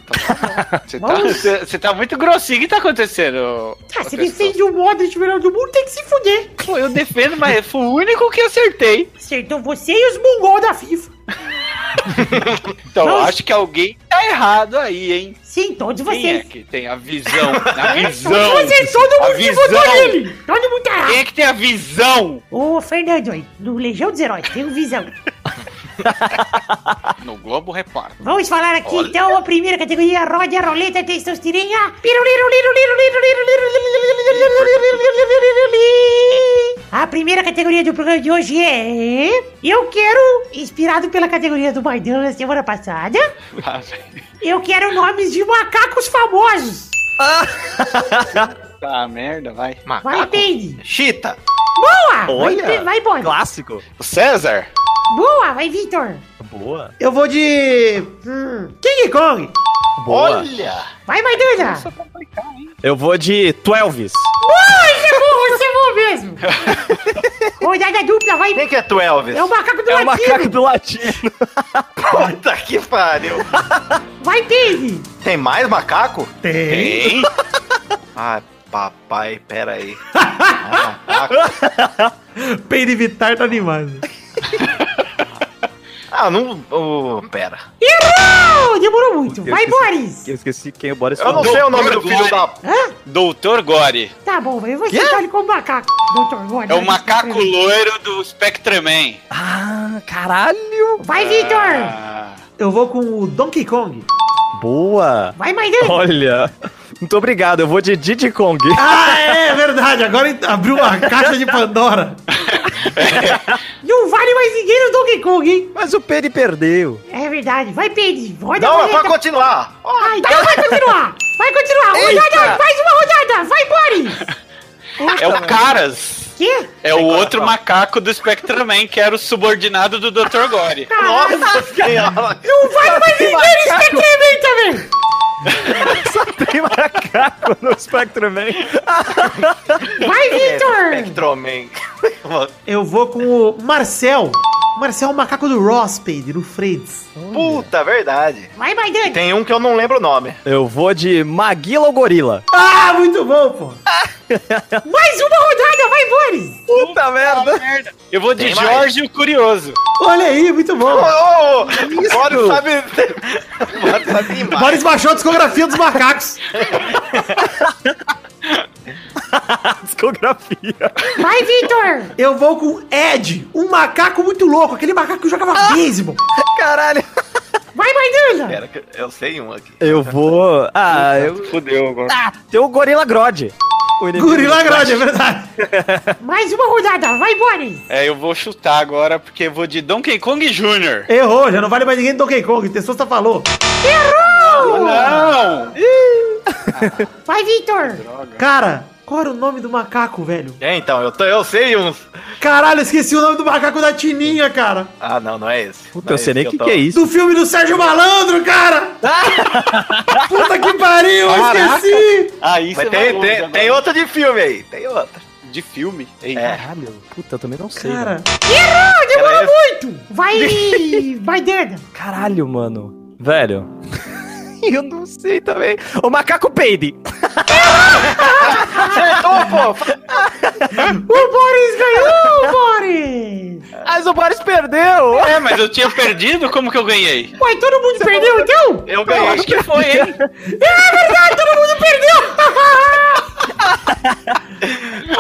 Você tá, você- você tá muito grossinho. O que tá acontecendo?
Ah, você
ô Testoso?
defende o Modric, o melhor do mundo, tem que se fuder.
Pô, eu defendo, mas foi o único que acertei.
Acertou você e os mongol da FIFA.
Então, eu
Nossa.
acho que alguém tá errado aí, hein?
Sim, todos
Quem é
vocês.
que tem a visão? A
É,
visão!
todos vocês, todo
A
mundo que votou
visão.
nele. Todo mundo tá errado.
Quem é que tem a visão
Ô, Fernando aí, do Legião dos Heróis, tem um visão.
no Globo Repórter?
Vamos falar aqui então a primeira categoria, roda a roleta, testosterinha. A primeira categoria do programa de hoje é. Eu quero, inspirado pela categoria do Maidana da semana passada,
Ah, velho.
eu quero nomes de macacos famosos.
Tá, merda, vai.
Vai, Peide.
Chita.
Boa!
Olha,
Vai, vai Boni.
Clássico.
O César.
Boa, vai, Vitor.
Boa.
Eu vou de. Hum, King Kong!
Boa.
Olha.
Vai, Maidana.
Eu vou de 12.
Você é bom, você é bom
[laughs]
mesmo. Rodada dupla, vai,
Quem que é tu, Elvis?
É o macaco do
É o
latino.
macaco do latino.
[laughs] Puta que pariu.
Vai, Pig.
Tem mais macaco?
Tem!
Hein?
Ai, papai, peraí. Ah, macaco.
Peide Vitar tá animado.
ah, não. ô, pera.
Errou! Demorou muito.
Eu
Vai,
esqueci.
Boris.
Eu esqueci quem é o Boris
Eu não
falou.
sei o nome do filho da.
Hã?
Doutor Gore.
Tá bom, eu vou sentar ele como macaco. Doutor Gordon.
É o [laughs] macaco loiro do Spectreman.
Ah, caralho.
Vai, Victor.
Ah,
Eu vou com o Donkey Kong.
Boa.
Vai,
[laughs]
Maidana.
Olha. Muito obrigado. Eu vou de Diddy Kong.
Ah, é verdade, agora abriu uma caixa de Pandora.
Não vale mais ninguém no Donkey Kong, hein?
Mas o Penny perdeu.
É verdade, vai perder. Roda a
Não,
roleta.
pode continuar.
Ah, então vai continuar. Vai continuar.
Eita.
Rodada, mais uma rodada. Vai, Boris.
É o Caras.
Quê?
É o outro macaco do Spectraman, que era o subordinado do Dr. [laughs] Gore.
Nossa senhora.
Ah, Não vale mais ninguém no Spectreman também.
Tem macaco no Spectrum Man.
Vai,
é
Victor.
Spectroman. [laughs]
Eu vou com o Marcel. O Marcel é o macaco do Rospade, no Freds.
Puta, verdade.
Vai, Maidani.
Tem um que eu não lembro o nome.
Eu vou de Maguila ou Gorila?
Ah, muito bom, pô.
Mais uma rodada. Vai, Boris.
Puta merda.
Eu vou de
Tem mais?
Jorge o Curioso.
Olha aí, muito
Ô,
bom.
ô, ô, o Boris sabe. [laughs] o Boris sabe demais.
Boris baixou a discografia dos macacos.
Discografia.
Vai, Victor.
Eu vou com Ed, um macaco muito louco, aquele macaco que jogava beisebol.
Caralho.
Vai, Maidana.
Pera, que eu sei um aqui.
Eu vou...
Tá
Ah, eu...
Fudeu agora.
Ah, tem o Gorila Grodd. O inimigo
Gorila
do
grande, é verdade.
Mais uma rodada. Vai, Boris.
É, eu vou chutar agora, porque eu vou de Donkey Kong Jr.
Errou, já não vale mais ninguém do Donkey Kong, o Tessusta falou.
Não!
Vai, Victor.
Cara, qual era o nome do macaco, velho?
É, então, eu, tô, eu sei uns.
Caralho, esqueci o nome do macaco da Tininha, cara.
Ah, não, não é esse.
Puta,
Não
eu sei
esse
nem o que,
eu
que é
tô-
isso.
Do filme do Sérgio Malandro, cara! Puta que pariu, eu
Caraca.
esqueci!
Aí
Mas
você vai
tem,
longe
tem,
agora.
tem outro de filme aí. Tem outro.
é né? De filme.
É.
Caralho. Puta, eu também não sei.
Cara,
velho.
Errou, demorou
Era
muito. Vai, Maidana.
Caralho, mano. Velho. [laughs] eu não sei também. O macaco peide.
Acertou, pô!
O Boris ganhou,
É.
Boris.
Mas o Boris perdeu.
É, mas eu tinha perdido, como que eu ganhei?
Uai, todo mundo perdeu, então?
Eu
Eu
ganhei.
acho que foi, hein?
É verdade, todo mundo perdeu.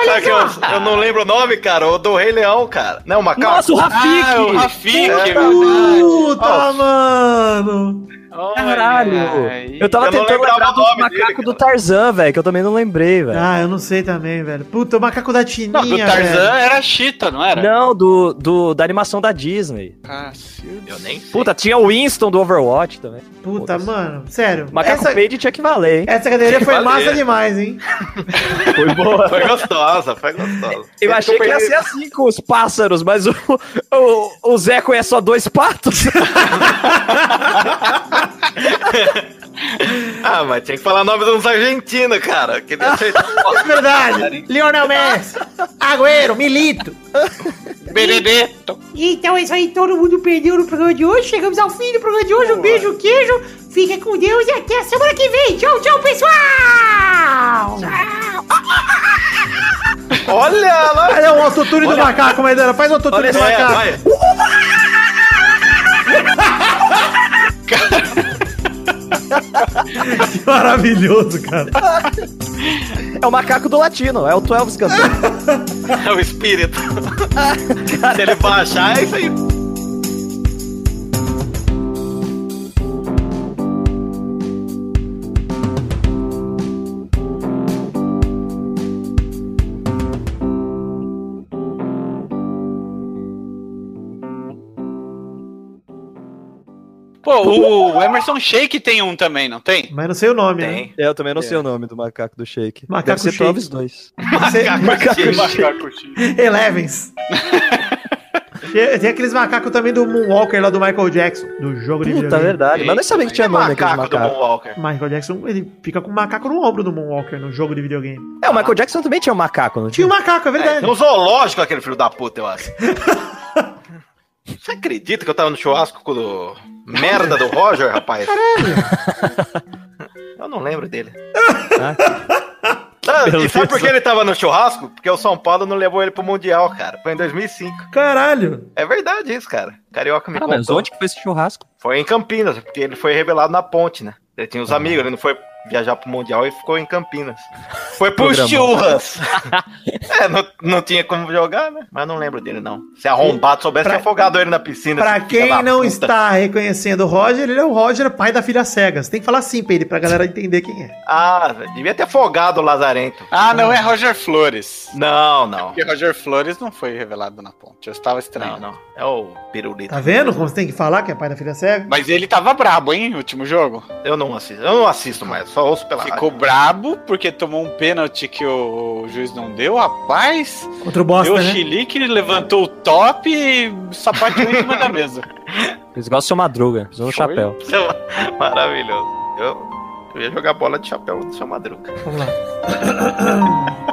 Sabe que eu, eu não lembro o nome, cara? O do Rei Leão, cara. Não, macaco.
Nossa, o Rafik.
[laughs]
é
Ah, o Rafik,
Puta.
verdade.
Puta, mano!
Olha
Caralho.
aí.
Eu tava
Eu não
tentando
lembrava
lembrar
o
do
nome
macaco
dele,
do
cara.
Tarzan, velho, que eu também não lembrei, velho.
Ah, eu não sei também, velho. Puta, o macaco da Tininha,
Não, do Tarzan
velho.
era a Chita, não era?
Não, do, do, da animação da Disney.
Eu nem sei.
Puta, tinha o Winston do Overwatch também.
Puta, mano, sério.
Macaco
essa,
Page tinha que valer, hein?
essa categoria foi
Valeu.
massa demais, hein?
Foi boa.
Foi gostosa, foi gostosa.
Eu achei que ia ser assim com os pássaros, mas o, o, o Zeco é só dois patos. [laughs]
Ah, mas tinha que falar o nome de uns argentinos, cara. Que
[laughs]
deixa
Verdade. Lionel Messi, Agüero, Milito.
Benedetto.
Então é isso aí, todo mundo perdeu no programa de hoje. Chegamos ao fim do programa de hoje. Um beijo, queijo. Fica com Deus e até a semana que vem. Tchau, tchau, pessoal.
Olha lá!
Olha o um autotune do macaco, Maidana. Faz o autotune
Olha
do
essa-
É,
macaco.
vai.
Que maravilhoso, cara.
É o macaco do latino, é o 12 cantando.
É o [laughs] espírito. Se ele baixar, é isso aí.
Pô, o o Emerson Shake tem um também, não tem?
Mas não sei o nome, né?
Tem.
É, eu também não sei o nome do macaco do shake.
Macaco
Deve ser
shake.
12 2.
Não sei-
Macaco
Elevens. Tem tem aqueles macacos também do Moonwalker lá do Michael Jackson, do jogo de
Puta, é
videogame.
verdade. Mas nem sabia que tinha nome aquele
macaco do É,
macaco.
Moonwalker.
Michael Jackson, ele fica com o macaco no ombro do Moonwalker no jogo de videogame.
É, o Michael Jackson também tinha um macaco, não
Tinha
tinha?
um macaco, é
É,
verdade.
tem um zoológico aquele filho da puta, eu [laughs] acho. Você acredita que eu tava no churrasco com o merda do Roger, rapaz? [laughs] Eu não lembro dele. Ah, e sabe por que ele tava no churrasco? Porque o São Paulo não levou ele pro Mundial, cara. Foi em 2005.
Caralho.
É verdade isso, cara. Carioca me
Ah, mas
contou.
onde que foi esse churrasco?
Foi em Campinas, porque ele foi revelado na ponte, né? Ele tinha os amigos, ele não foi viajar pro Mundial e ficou em Campinas. Foi pro
[laughs]
Programão.
Churras. é, não, não tinha como jogar, né? Mas não lembro dele, não. Se arrombado, soubesse,
Pra-
tinha afogado ele na piscina.
Pra
esse filho da
quem não
puta.
está reconhecendo o Roger, ele é o Roger, pai da filha cega. Você tem que falar assim pra ele, pra galera entender quem é.
Ah, devia ter afogado o Lazarento.
Ah, não é Roger Flores.
Não, não.
Porque Roger Flores não foi revelado na ponte. Eu estava estranho.
Não, não. É o Pirulito.
Tá vendo como você tem que falar que é pai da filha cega?
Mas ele tava brabo, hein? No último jogo.
Eu não assisto, eu não assisto mais, só ouço pela
Ficou brabo porque tomou um pênalti que o juiz não deu, rapaz.
Contra o Bosta,
deu o
né?
chilique, ele levantou o top e sapateou em cima da mesa.
Eles gostam de ser madruga, precisam do
Foi.
chapéu.
[laughs] rádio. Maravilhoso. Eu, eu ia jogar bola de chapéu do seu Madruga.
Vamos lá.